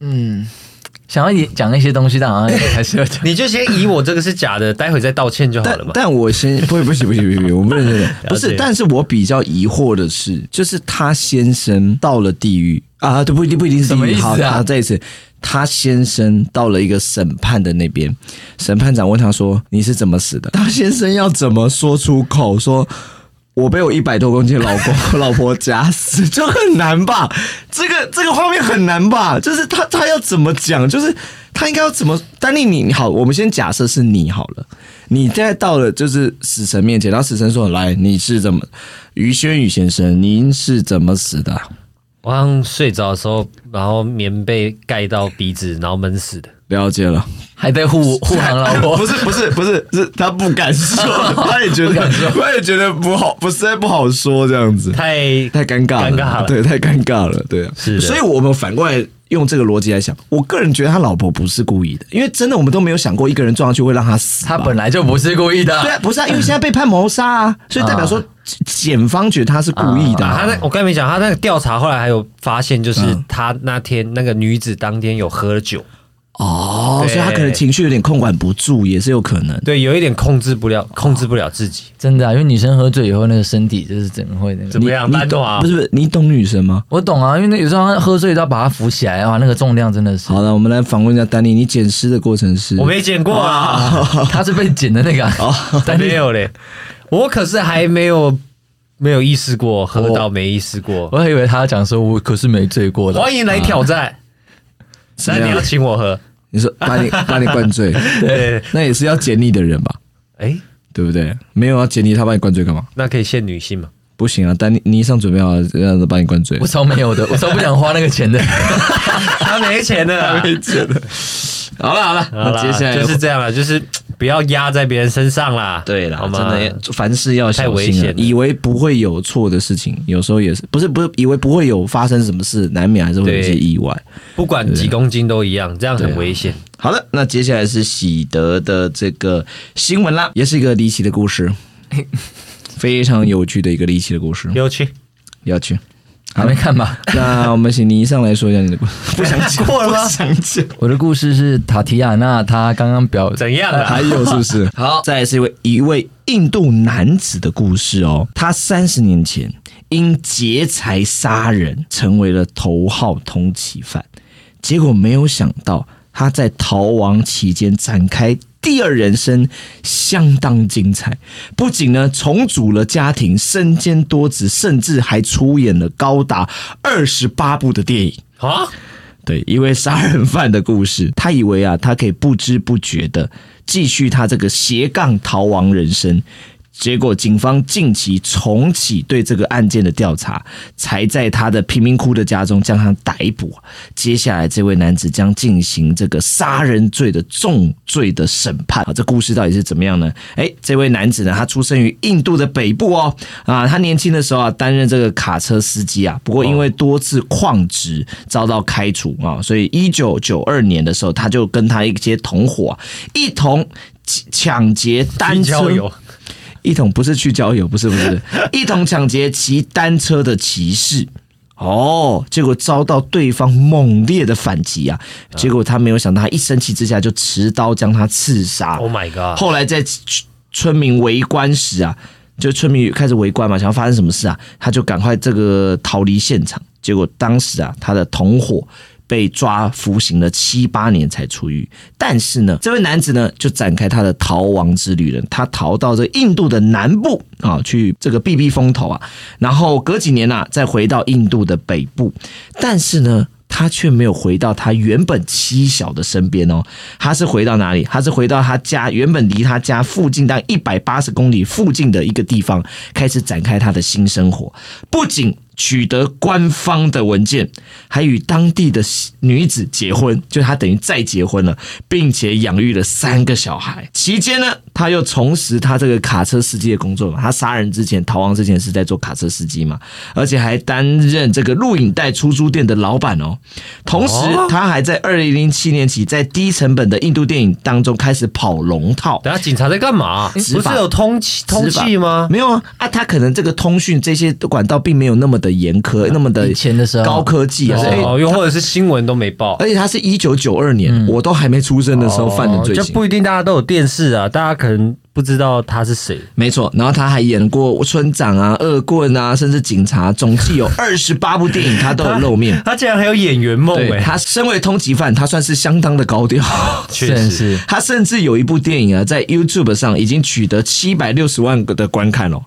嗯，想要讲一些东西，但好像还是要讲。你就先以我这个是假的，待会再道歉就好但了嘛。但我先不不行不行不行，不行我不能认 不了是，解但是我比较疑惑的是，就是他先生到了地狱啊，对，不一定不一定是地什么狱。意思好，啊好再一次，他先生到了一个审判的那边，审判长问他说：“你是怎么死的？”他先生要怎么说出口说？我被我一百多公斤的老公老婆 夹死，就很难吧？这个这个画面很难吧？就是他他要怎么讲？就是他应该要怎么？丹尼你，你好，我们先假设是你好了。你现在到了就是死神面前，然后死神说：“来，你是怎么？于轩宇先生，您是怎么死的？我好像睡着的时候，然后棉被盖到鼻子，然后闷死的。了解了。”还被 护护航老婆， 不是不是不是，是他不敢 说，他也觉得他也觉得不好，不实在不好说这样子。太太尴尬了，尴尬了对，太尴尬了，对啊。是的所以我们反过来用这个逻辑来想，我个人觉得他老婆不是故意的，因为真的我们都没有想过一个人撞上去会让他死吧。他本来就不是故意的对。啊，不是啊，因为现在被判谋杀啊，所以代表说检方觉得他是故意的、啊他啊那我刚才没讲，他那个调查后来还有发现，就是他那天那个女子当天有喝酒，哦，对所以他可能情绪有点控管不住，也是有可能。对，有一点控制不了，控制不了自己。真的、啊，因为女生喝醉以后，那个身体就是怎么会那个怎？么样？你大家懂懂啊不？是不是，你懂女生吗？我懂啊，因为那有时候她喝醉到把她扶起来，啊哇，那个重量真的是，好了，我们来访问一下丹尼，你捡尸的过程是我没见过啊，她是被剪的那个、啊，但 没有嘞，我可是还没有没有意识过，喝到没意识过。我还以为她要讲说，我可是没醉过的。欢迎来挑战，哦怎那么你样要请我喝？你说把你把你灌醉， 对，那也是要捡你的人吧？哎，对不对？没有要捡你，他把你灌醉干嘛？那可以限女性吗？不行啊，丹尼你一上准备好了，这样子把你灌醉我。超没有的，我超不想花那个钱 的。他没 钱的，好了好了，好那啦接下来就是这样了，就是不要压在别人身上啦。对了，好真吗？的要凡事要小太危心啊险！了以为不会有错的事情，有时候也是不是不是以为不会有发生什么事，难免还是会有一些对意外。不管几公斤都一样，这样啊很危险。好的，那接下来是喜德的这个新闻啦，也是一个离奇的故事， 非常有趣的一个离奇的故事，有趣，要去。还没看吧？ 那我们请你一上来说一下你的故事， 不想讲过了吗不想讲。我的故事是塔提亚娜，她刚刚表怎样啊？还有是不是？好，再来是一位一位印度男子的故事哦。他三十年前因劫财杀人成为了头号通缉犯，结果没有想到他在逃亡期间展开。第二人生相当精彩，不仅呢重组了家庭，身兼多职，甚至还出演了高达二十八部的电影。啊，对，因为杀人犯的故事，他以为啊，他可以不知不觉的继续他这个斜杠逃亡人生。结果，警方近期重启对这个案件的调查，才在他的贫民窟的家中将他逮捕。接下来，这位男子将进行这个杀人罪的重罪的审判。啊，这故事到底是怎么样呢？哎，这位男子呢，他出生于印度的北部哦。啊，他年轻的时候啊，担任这个卡车司机啊，不过因为多次旷职遭到开除啊，所以一九九二年的时候，他就跟他一些同伙啊、一同抢抢劫单单车啊交友一桶不是去郊游，不是不是，一桶抢劫骑单车的骑士。哦，结果遭到对方猛烈的反击啊！结果他没有想到，他一生气之下就持刀将他刺杀。 ，Oh my god！后来在村村民围观时啊，就村民开始围观嘛，想要发生什么事啊，他就赶快这个逃离现场。结果当时啊，他的同伙被抓服刑了七八年才出狱。但是呢，这位男子呢就展开他的逃亡之旅了。他逃到这印度的南部啊，去这个避避风头啊，然后隔几年啊，再回到印度的北部。但是呢，他却没有回到他原本妻小的身边哦，他是回到哪里？他是回到他家原本离他家附近大概一百八十公里附近的一个地方，开始展开他的新生活。不仅取得官方的文件，还与当地的女子结婚，就他等于再结婚了，并且养育了三个小孩。期间呢，他又重拾他这个卡车司机的工作嘛，他杀人之前、逃亡之前是在做卡车司机嘛，而且还担任这个录影带出租店的老板哦。同时，哦他还在二零零七年起，在低成本的印度电影当中开始跑龙套。等下警察在干嘛？不执是法有通气通执法气吗？没有啊，啊，他可能这个通讯这些管道并没有那么的严苛，那么的啊以前的时候高科技啊，所以哦，又或者是新闻都没报，而且他是一九九二年、嗯我都还没出生的时哦候犯的罪哦就行，不一定大家都有电视啊，大家可能不知道他是谁。没错。然后他还演过村长啊、恶棍啊，甚至警察，总计 有二十八部电影，他都有露面。他竟然还有演员梦对哎，他身为通缉犯，他算是相当的高 调。确真实是他甚至有一部电影啊，在 YouTube 上已经取得七百六十万个的观看哦。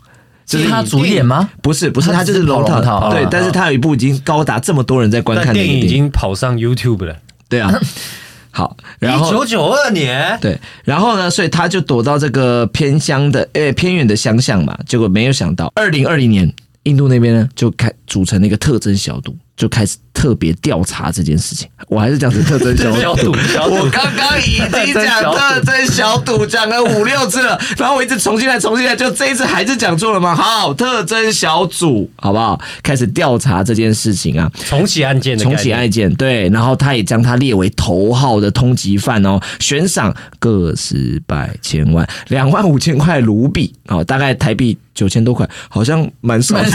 是他主演 吗？不是不是，他他只就是是龙跑龙套套，对啊，但是他有一部已经高达这么多人在观但看的电一个影已电影，经跑上 YouTube 了。对啊。好，然一后九九二年，对，然后呢，所以他就躲到这个偏乡的，呃、偏远的乡巷嘛。结果没有想到，二零二零年，印度那边呢就开组成了一个特征小组，就开始特别调查这件事情。我还是讲是特征小小赌赌，。小我赌，刚刚已经讲特征小赌讲了五六次了，然后我一直重新来，重新来，就这一次还是讲错了吗？好，特征小组，好不好？开始调查这件事情啊。重启案件的概重念启案件，对，然后他也将他列为头号的通缉犯哦，悬赏个十百千万，两万五千块卢比哦，大概台币九千多块，好像蛮少的。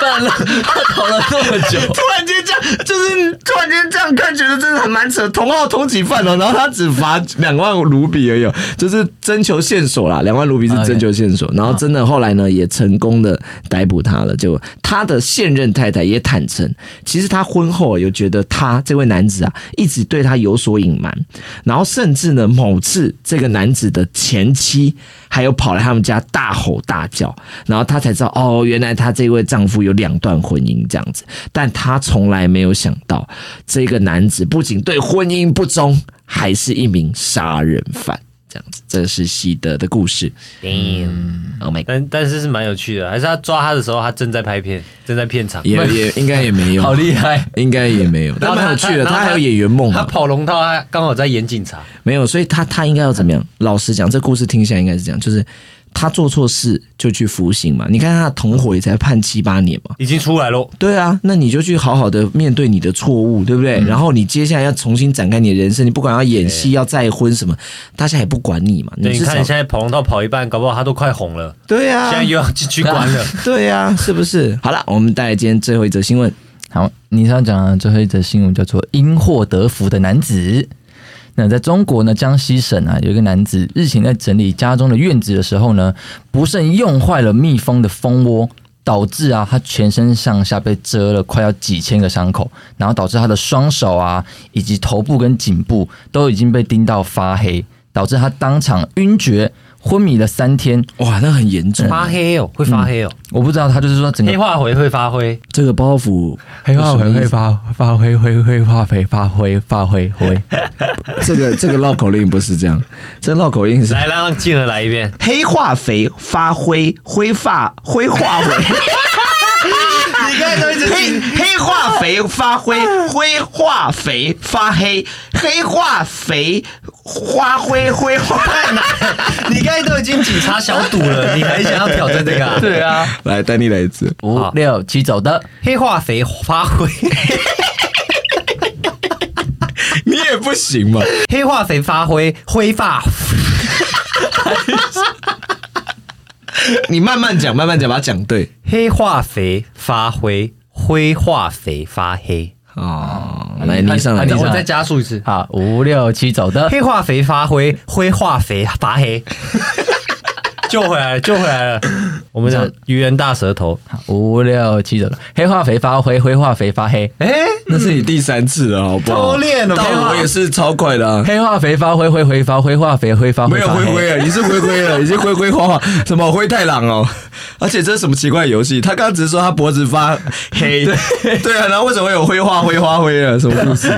办了，他逃了那么 久，突然间这样，就是突然间这样看，觉得真的很蛮扯，同号通缉犯哦。然后他只罚两万卢比而已哦，就是征求线索啦，两万卢比是征求线索。然后真的后来呢，也成功的逮捕他了。就他的现任太太也坦诚，其实他婚后有觉得他这位男子啊，一直对他有所隐瞒。然后甚至呢，某次这个男子的前妻还有跑来他们家大吼大叫，然后她才知道哦，原来她这位丈夫有两段婚姻这样子，但她从来没有想到这个男子不仅对婚姻不忠，还是一名杀人犯。这样子，这是西德的故事。Oh my god，但但是是蛮有趣的，还是他抓他的时候，他正在拍片，正在片场，也也应该也没有，好厉害！应该也没有，但蛮有趣的。然后他还有演员梦他啊，跑龙套，他刚好在演警察，没有，所以他他应该要怎么样？老实讲，这故事听起来应该是这样，就是他做错事就去服刑嘛。你看他的同伙也才判七八年嘛。已经出来喽。对啊，那你就去好好的面对你的错误，对不嗯对？然后你接下来要重新展开你的人生，你不管要演戏、要再婚什么，大家也不管你嘛。嗯对，你至少看你现在跑龙套跑一半，搞不好他都快红了，对现在啊，又要进去关了。对啊，是不 是？好了，我们带来今天最后一则新闻。好，你上讲的最后一则新闻叫做“因祸得福的男子”。那在中国呢，江西省啊，有一个男子日前在整理家中的院子的时候呢，不慎用坏了蜜蜂的蜂窝，导致啊他全身上下被蛰了快要几千个伤口，然后导致他的双手啊以及头部跟颈部都已经被叮到发黑，导致他当场晕厥昏迷了三天。哇，那很严重。发黑哦，会发黑哦，我不知道他就是说整个黑化回会发灰，这个包袱，黑化哎肥会发发灰灰灰化肥发灰发灰灰。这个这个绕口令不是这样，这绕口令是来让静儿来一遍，黑化肥发灰，灰发灰化肥。 你看都一直哎黑黑化肥发灰，灰化肥发黑，黑化肥花灰灰化。 你刚才都已经警察小赌了，你还想要挑战这 个、啊？对啊，来，丹尼来一次。五六七走的，黑化肥 发灰，你也不行嘛？黑化肥发灰，灰发你慢慢讲，慢慢讲，把它讲对。黑化肥发灰，灰化肥发黑。哦，来，你上来，你你上上哎我来。再加速一次，好，五六七走的，黑化肥发灰，灰化肥发黑。 救回来了，救回来了！我们讲愚人大舌头，好五六七走的，黑化肥发灰，灰化肥发黑，哎、那是你第三次了，好不偷练了吧但我也是超快的啊。黑化肥发灰，灰灰发灰化肥灰发没灰有发灰黑。灰了，你是灰灰 了，你是灰灰花花，什么灰太狼哦？而且这是什么奇怪的游戏？他刚刚只是说他脖子发黑， 对啊，然后为什么会有灰化灰花灰啊？什么 故事？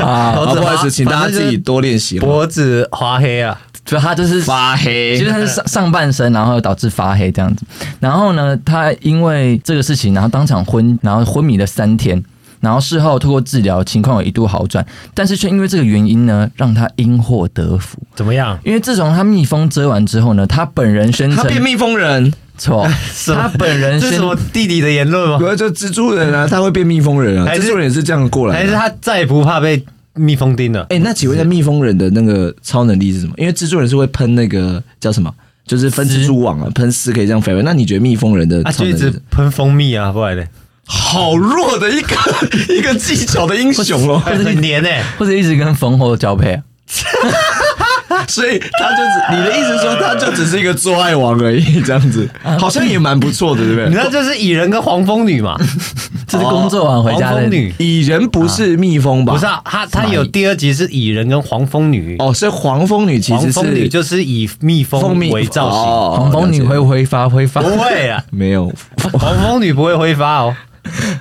啊，好，不好意思，请大家反正就是自己多练习哦。脖子滑黑啊，就他就是发黑其实他是上上半身，然后导致发黑这样子。然后呢，他因为这个事情，然后当场昏，然后昏迷了三天。然后事后通过治疗，情况有一度好转，但是却因为这个原因呢，让他因祸得福。怎么样？因为自从他蜜蜂蛰完之后呢，他本人宣他称变蜜蜂人，错，他本人这是宣哎什么弟弟的言论吗？不就蜘蛛人啊，他会变蜜蜂人啊，还是蜘蛛人也哦是这样过来还是的。他再也不怕被蜜蜂叮了？哎，那请问一下，蜜蜂人的那个超能力是什么？因为蜘蛛人是会喷那个叫什么？就是分蜘蛛网啊，喷丝可以这样飞回来。那你觉得蜜蜂人的啊，超就能一力是直什么？喷蜂蜜啊，不然嘞，好弱的一个 一个技巧的英雄 哦，很黏哎、或者一直跟蜂后交配啊，哦所以他就只你的意思是说他就只是一个做爱王而已，这样子好像也蛮不错的，对不 你对？知道这是蚁人跟黄蜂女嘛？这是工作啊完回家黄的蜂。女蚁人不是蜜蜂吧？不是啊，他他有第二集是蚁人跟黄蜂女，哦，是黄蜂女其黄实蜂女是就是以蜜蜂蜂蜜为造型，哦黄蜂女会挥发挥发，不会啊，没有？黄蜂女不会挥发哦。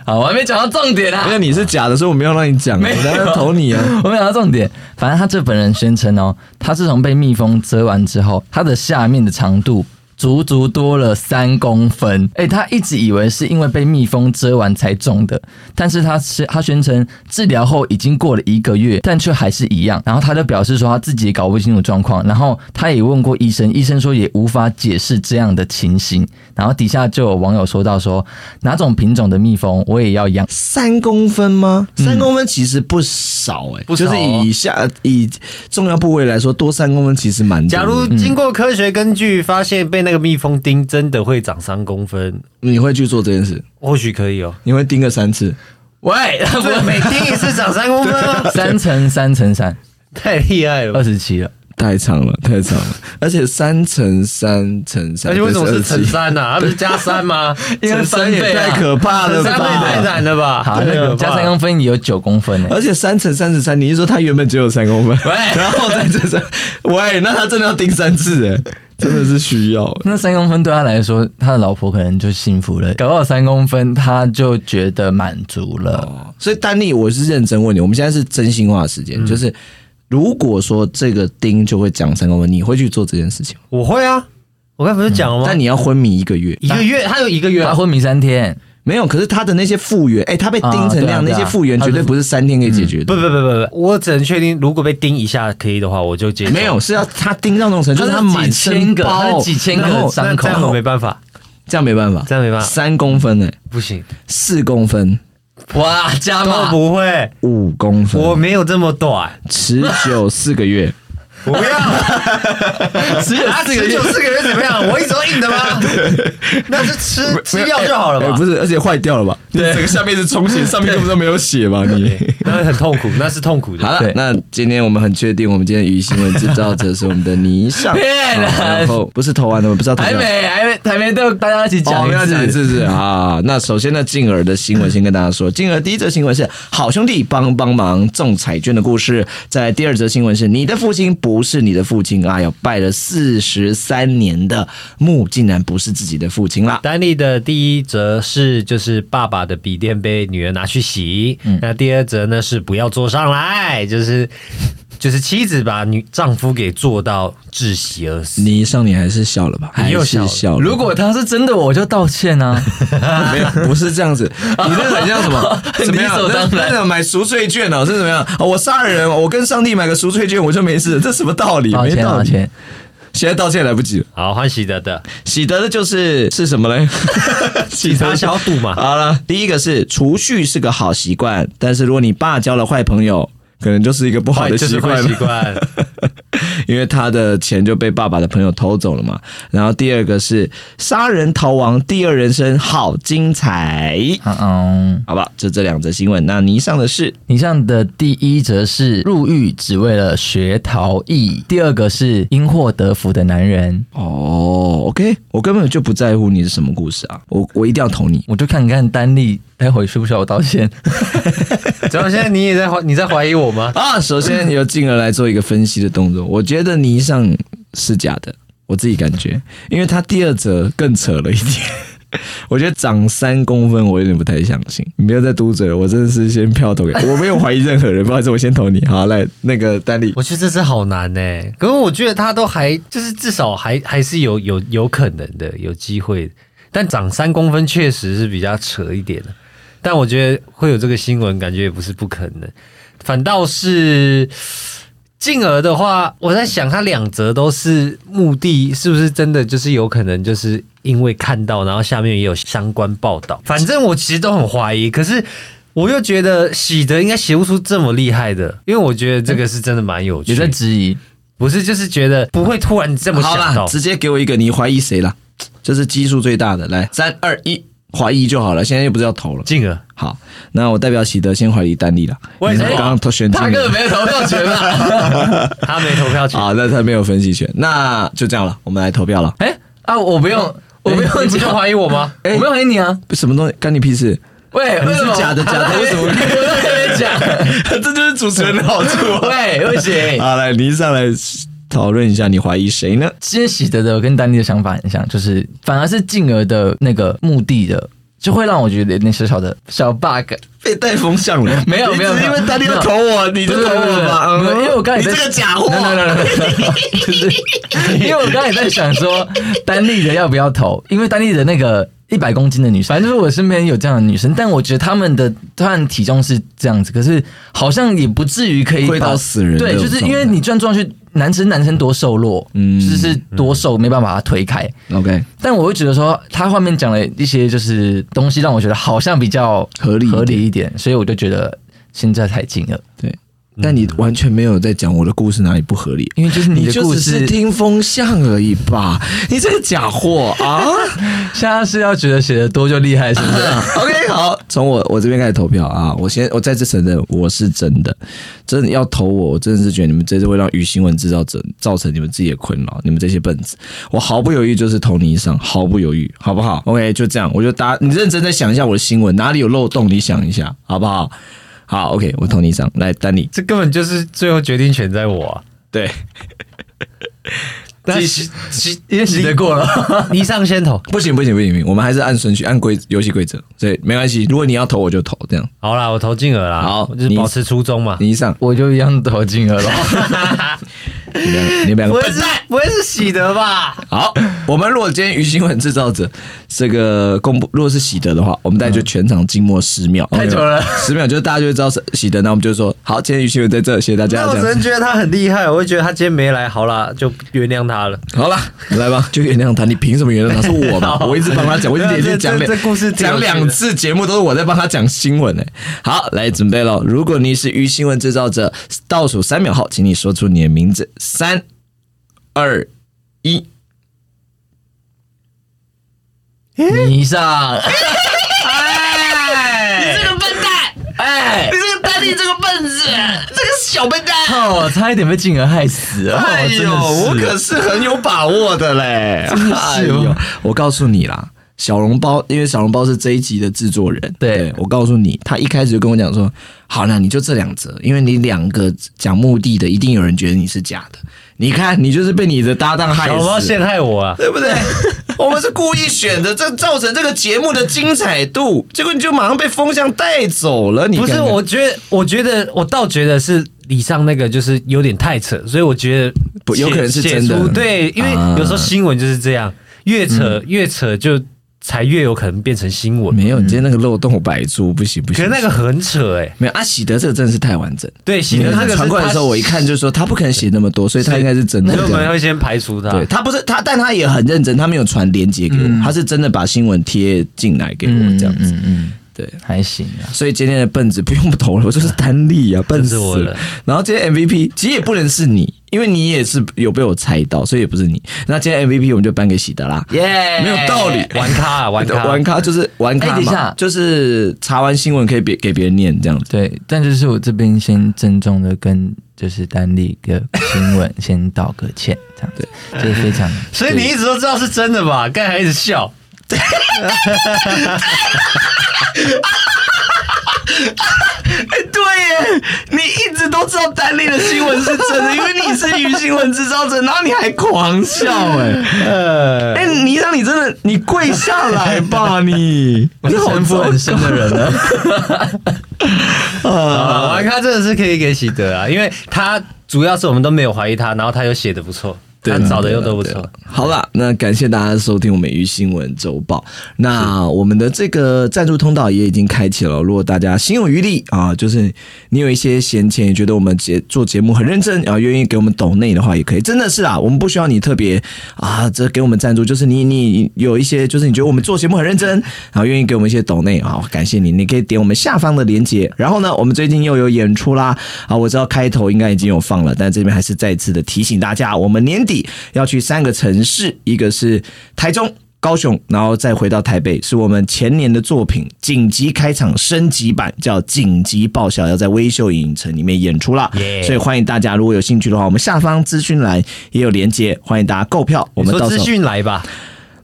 好，我还没讲到重点啊没，有，你是假的，所以我没有让你讲，没我有当然投你啊。 我没讲到重点。反正他这本人宣称哦，他自从被蜜蜂蛰完之后，他的下面的长度足足多了三公分。哎、他一直以为是因为被蜜蜂蛰完才中的，但是他是他宣称治疗后已经过了一个月，但却还是一样。然后他就表示说他自己也搞不清楚状况，然后他也问过医生，医生说也无法解释这样的情形。然后底下就有网友说到说哪种品种的蜜蜂我也要养，三公分吗？三公分其实嗯不少哎、不少就哦是以下以重要部位来说，多三公分其实蛮多的。假如经过科学根据发现被那个蜜蜂叮真的会长三公分，你会去做这件事，或许可以哦。你会叮个三次，喂，对，每叮一次长三公分啊吗？三乘三乘三，太厉害了吧二！十七了。太长了，太长了，而且三乘三乘三，而且为什么是乘27？三呢、啊？它不是加三吗？因为乘三三也倍啊太可怕了乘三倍吧太难了吧？啊好，那呃太可个怕加三公分也有九公分呢、欸而且三乘三十三，你是说它原本只有三公分，然后再这三，喂，那它真的要叮三次哎、真的是需要、欸。那三公分对他来说，他的老婆可能就幸福了。搞到三公分，他就觉得满足了。所以丹尼，我是认真问你，我们现在是真心话时间，就是如果说这个钉就会长三公分，你会去做这件事情吗？我会啊，我刚才不是讲了吗？但你要昏迷一个月，哦一个月，他有一个月啊他，昏迷三天，没有，可是他的那些复原，哎、他被钉成那样，啊对啊那些复原绝对不是三天可以解决的。嗯不不不不不，我只能确定，如果被叮一下可以的话，我就接受。没有，是要他钉到那种程度，就是他他是满几身千个包，他是几千个然后伤那口这样我没办法，这样没办法，这样没办法三公分哎、不行，四公分，哇，加都码！不会，五公分，我没有这么短，持久四个月，不要。只有啊，四个持月久，四个月怎么样？我一直都硬的吗？那是吃吃药就好了哎嘛不。是，而且坏掉了吧？对，整个下面是充血，上面根本都没有血吧？你。那很痛苦，那是痛苦好的。了对，那今天我们很确定，我们今天鱼新闻制造者是我们的霓尚，骗人好然后不是投完的，我不知道投还完。没，还没，还没到大家一起哦讲我们要讲一一次。次是啊，那首先呢，静儿的新闻先跟大家说，静儿第一则新闻是好兄弟帮帮忙中彩券的故事，再来第二则新闻是你的父亲不是你的父亲啊，要拜了四十三年的墓竟然不是自己的父亲啦。丹利的第一则是就是爸爸的笔电被女儿拿去洗，嗯那第二则呢是不要坐上来，就是就是妻子把女丈夫给做到窒息而死。霓尚，你还是笑了吧？你又还是笑了笑了。如果他是真的，我就道歉 啊！没有，不是这样子，你那个很像什 么？怎么样理所？当然那那个买赎罪券哦，是怎么样？哦我杀人，我跟上帝买个赎罪券，我就没事，这什么道理？道没歉，道道理。歉。现在道歉来不及了，好，换喜德的喜得的就是是什么 嘞？喜警察小赌嘛，好了，第一个是储蓄是个好习惯，但是如果你爸交了坏朋友，可能就是一个不好坏的哎就习是坏惯习吧。惯。 因为他的钱就被爸爸的朋友偷走了嘛。然后第二个是杀人逃亡，第二人生好精彩。嗯嗯。好吧，就这两则新闻。那尼上的是以上的第一则是入狱只为了学陶艺，第二个是因祸得福的男人，哦，OK，我根本就不在乎你是什么故事啊，我我一定要投你。我就看看丹丽待会需不需要我道 歉。怎么现在你也在怀你在怀疑我吗？啊，首先由静儿来做一个分析的动作，我觉得尼尚是假的，我自己感觉，因为他第二则更扯了一点。 我觉得长三公分，我有点不太相信。你不要再嘟嘴了，我真的是先票投给，我没有怀疑任何人，不好意思，我先投你。好，来那个丹丽，我觉得这次好难呢、可是我觉得他都还就是至少还还是有有有可能的，有机会的。但长三公分确实是比较扯一点的，但我觉得会有这个新闻，感觉也不是不可能。反倒是进而的话，我在想他两则都是目的，是不是真的就是有可能就是因为看到，然后下面也有相关报道。反正我其实都很怀疑，可是。我又觉得喜德应该写不出这么厉害的，因为我觉得这个是真的蛮有趣有的。在质疑，不是，就是觉得不会突然这么好想啦，到。直接给我一个你怀疑谁啦？这是基数最大的，来三二一，怀疑就好了，现在又不是要投了。进而好，那我代表喜德先怀疑丹尼了。为什么因刚刚投 选进哎他根本没有投票权啊！他没投票权，啊，那他没有分析权，那就这样了，我们来投票了。 哎、啊，我不用，我不用哎你不就讲，怀疑我吗？ 我没有怀疑你啊。什么东西干你屁事？喂，你为是什么 假的假的为什么我在没讲？这就是主持人的好处啊！喂，不行。好，来，你上来讨论一下，你怀疑谁呢？今天喜德的跟丹尼的想法很像，就是反而是进而的那个目的的，就会让我觉得有点小小的小 bug。被带风向了。没有你没有只是因没有为大家没有投我，你就投我吧。没有嗯因为我刚才你在这个假货， no, no, no, no, no. 就是 因为我刚才在想说，单立的要不要投？因为单立的那个一百公斤的女生，反正就是我身边有这样的女生，但我觉得她们的她们体重是这样子，可是好像也不至于可以贵把到死人的对，就是那种因为你转撞去，男生男生多瘦弱，嗯嗯，就是多瘦，没办法把它推开。 OK，但我会觉得说，他后面讲了一些就是东西，让我觉得好像比较合理一点合理一点，所以我就觉得现在太近了，对。但你完全没有在讲我的故事哪里不合理，因为就是你你的就故只是事，听风向而已吧？你这个假货啊现在是要觉得写的多就厉害，是不 是？ ！OK，好，从我我这边开始投票啊！我先我再次承认我是真的，真的要投我，我真的是觉得你们这次会让鱼新闻制造者造成你们自己的困扰，你们这些笨子，我毫不犹豫就是投你以上，毫不犹豫，好不好？OK，就这样，我就答你认真再想一下我的新闻哪里有漏洞，你想一下好不好？好，OK，我投你以上，来丹尼，这根本就是最后决定权在我、啊。对，但继是其因为得过了，离上先投，不行不行不行不行，我们还是按顺序按规游戏规则，所以没关系。如果你要投我就投，这样好啦，我投进额啦，好我就是保持初衷嘛。你一上， 我就一样投进 了咯。你们两个你们两不个会笨是蛋。不会是喜德吧？好，我们如果今天鱼新闻制造者这个公布，如果是喜德的话，我们大家就全场静默十 秒，太久了十秒就是大家就会知道是喜德，那我们就说好，今天鱼新闻在这，谢谢大家，那我这只样能觉得他很厉害，我会觉得他今天没来，好啦，就原谅他了。好了，来吧，就原谅他，你凭什么原谅他？是我 吧？我一直帮他讲，我一直对啊连续这讲两这这故事挺有讲趣的两次节目都是我在帮他讲新闻呢、欸好，来准备喽！如果你是鱼新闻制造者，倒数三秒后，请你说出你的名字，三、二、一。你上，哎，这个丹尼这个笨子，这个小笨蛋，哦，差一点被静儿害死了，哎哦真呦，我的可是。是很有把握的嘞！哎哦呦，我告诉你啦，小笼包，因为小笼包是这一集的制作人，对我告诉你，他一开始就跟我讲说，好，那你就这两则，因为你两个讲目的的，一定有人觉得你是假的。你看，你就是被你的搭档害小猫死陷了。害我啊！对不对？ 我们是故意选的，这造成这个节目的精彩度，结果你就马上被风向带走了。你不是，看看我觉得，我觉得，我倒觉得是李尚那个就是有点太扯，所以我觉得不有可能是写真的写出对，因为啊嗯有时候新闻就是这样，越扯越扯就才越有可能变成新闻。没有，你今天那个漏洞我百出，不行不嗯可行。是那个很扯哎、没有阿喜德这个真的是太完整。对，喜德因为那他个传过来的时候，我一看，看就说他不可能写那么多，所以他应该是真的所以我这们样。会先排除他。对他不是他，但他也很认真，他没有传链接给我，嗯他是真的把新闻贴进来给我嗯，这样子。嗯嗯，对，还行啊。所以今天的笨子不用投了，我就是单立 啊，笨死就是我了。然后今天 MVP 其实也不能是你，因为你也是有被我猜到，所以也不是你。那今天 MVP 我们就颁给喜德啦，耶没有道理。玩咖啊，玩咖，玩咖就是玩咖哎等一嘛下，就是查完新闻可以别给别人念这样子。对，但就是我这边先郑重的跟就是丹立的新闻先道个歉，这样 子，就是非常所以你一直都知道是真的吧？刚才还一直笑，对耶，你一直都知道单立的新闻是真的，因为你是鱼新闻制造者，然后你还狂笑 哎、呃，哎、你让你真的你跪下来吧 你，你好城府很深的人了。嗯啊玩咖真的是可以给喜德啊，因为他主要是我们都没有怀疑他，然后他又写的不错，他找的又都不错。好了，那感谢大家收听我们鱼新闻周报。那我们的这个赞助通道也已经开启了，如果大家心有余力啊，就是你有一些闲钱，也觉得我们节做节目很认真啊，愿意给我们抖内的话，也可以。真的是啊，我们不需要你特别啊，这给我们赞助，就是你你有一些，就是你觉得我们做节目很认真，然后愿意给我们一些抖内啊，感谢你，你可以点我们下方的链接。然后呢，我们最近又有演出啦啊，我知道开头应该已经有放了，但这边还是再次的提醒大家，我们年底要去三个城市，一个是台中。高雄，然后再回到台北，是我们前年的作品《紧急开场升级版》，叫《紧急爆笑》，要在微秀影城里面演出啦。耶所以欢迎大家，如果有兴趣的话，我们下方资讯栏也有连接，欢迎大家购票。我你们说到资时候讯来吧，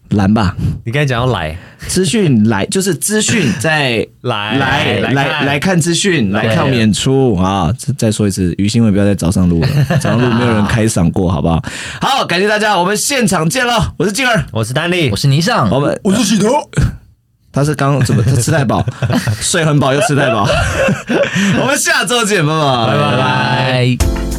蓝吧，你刚才讲要来资讯来就是资讯在来来来来，看资讯，来看对我们演出啊！再再说一次，于新伟不要在早上 录了，早上录没有人开嗓过，好不好？好，感谢大家，我们现场见了，我是静儿，我是丹丽哦我，是倪尚，我们我是洗头， 他是刚怎么他吃太 饱， 睡很饱又吃太饱。我们下周见，拜拜，拜拜。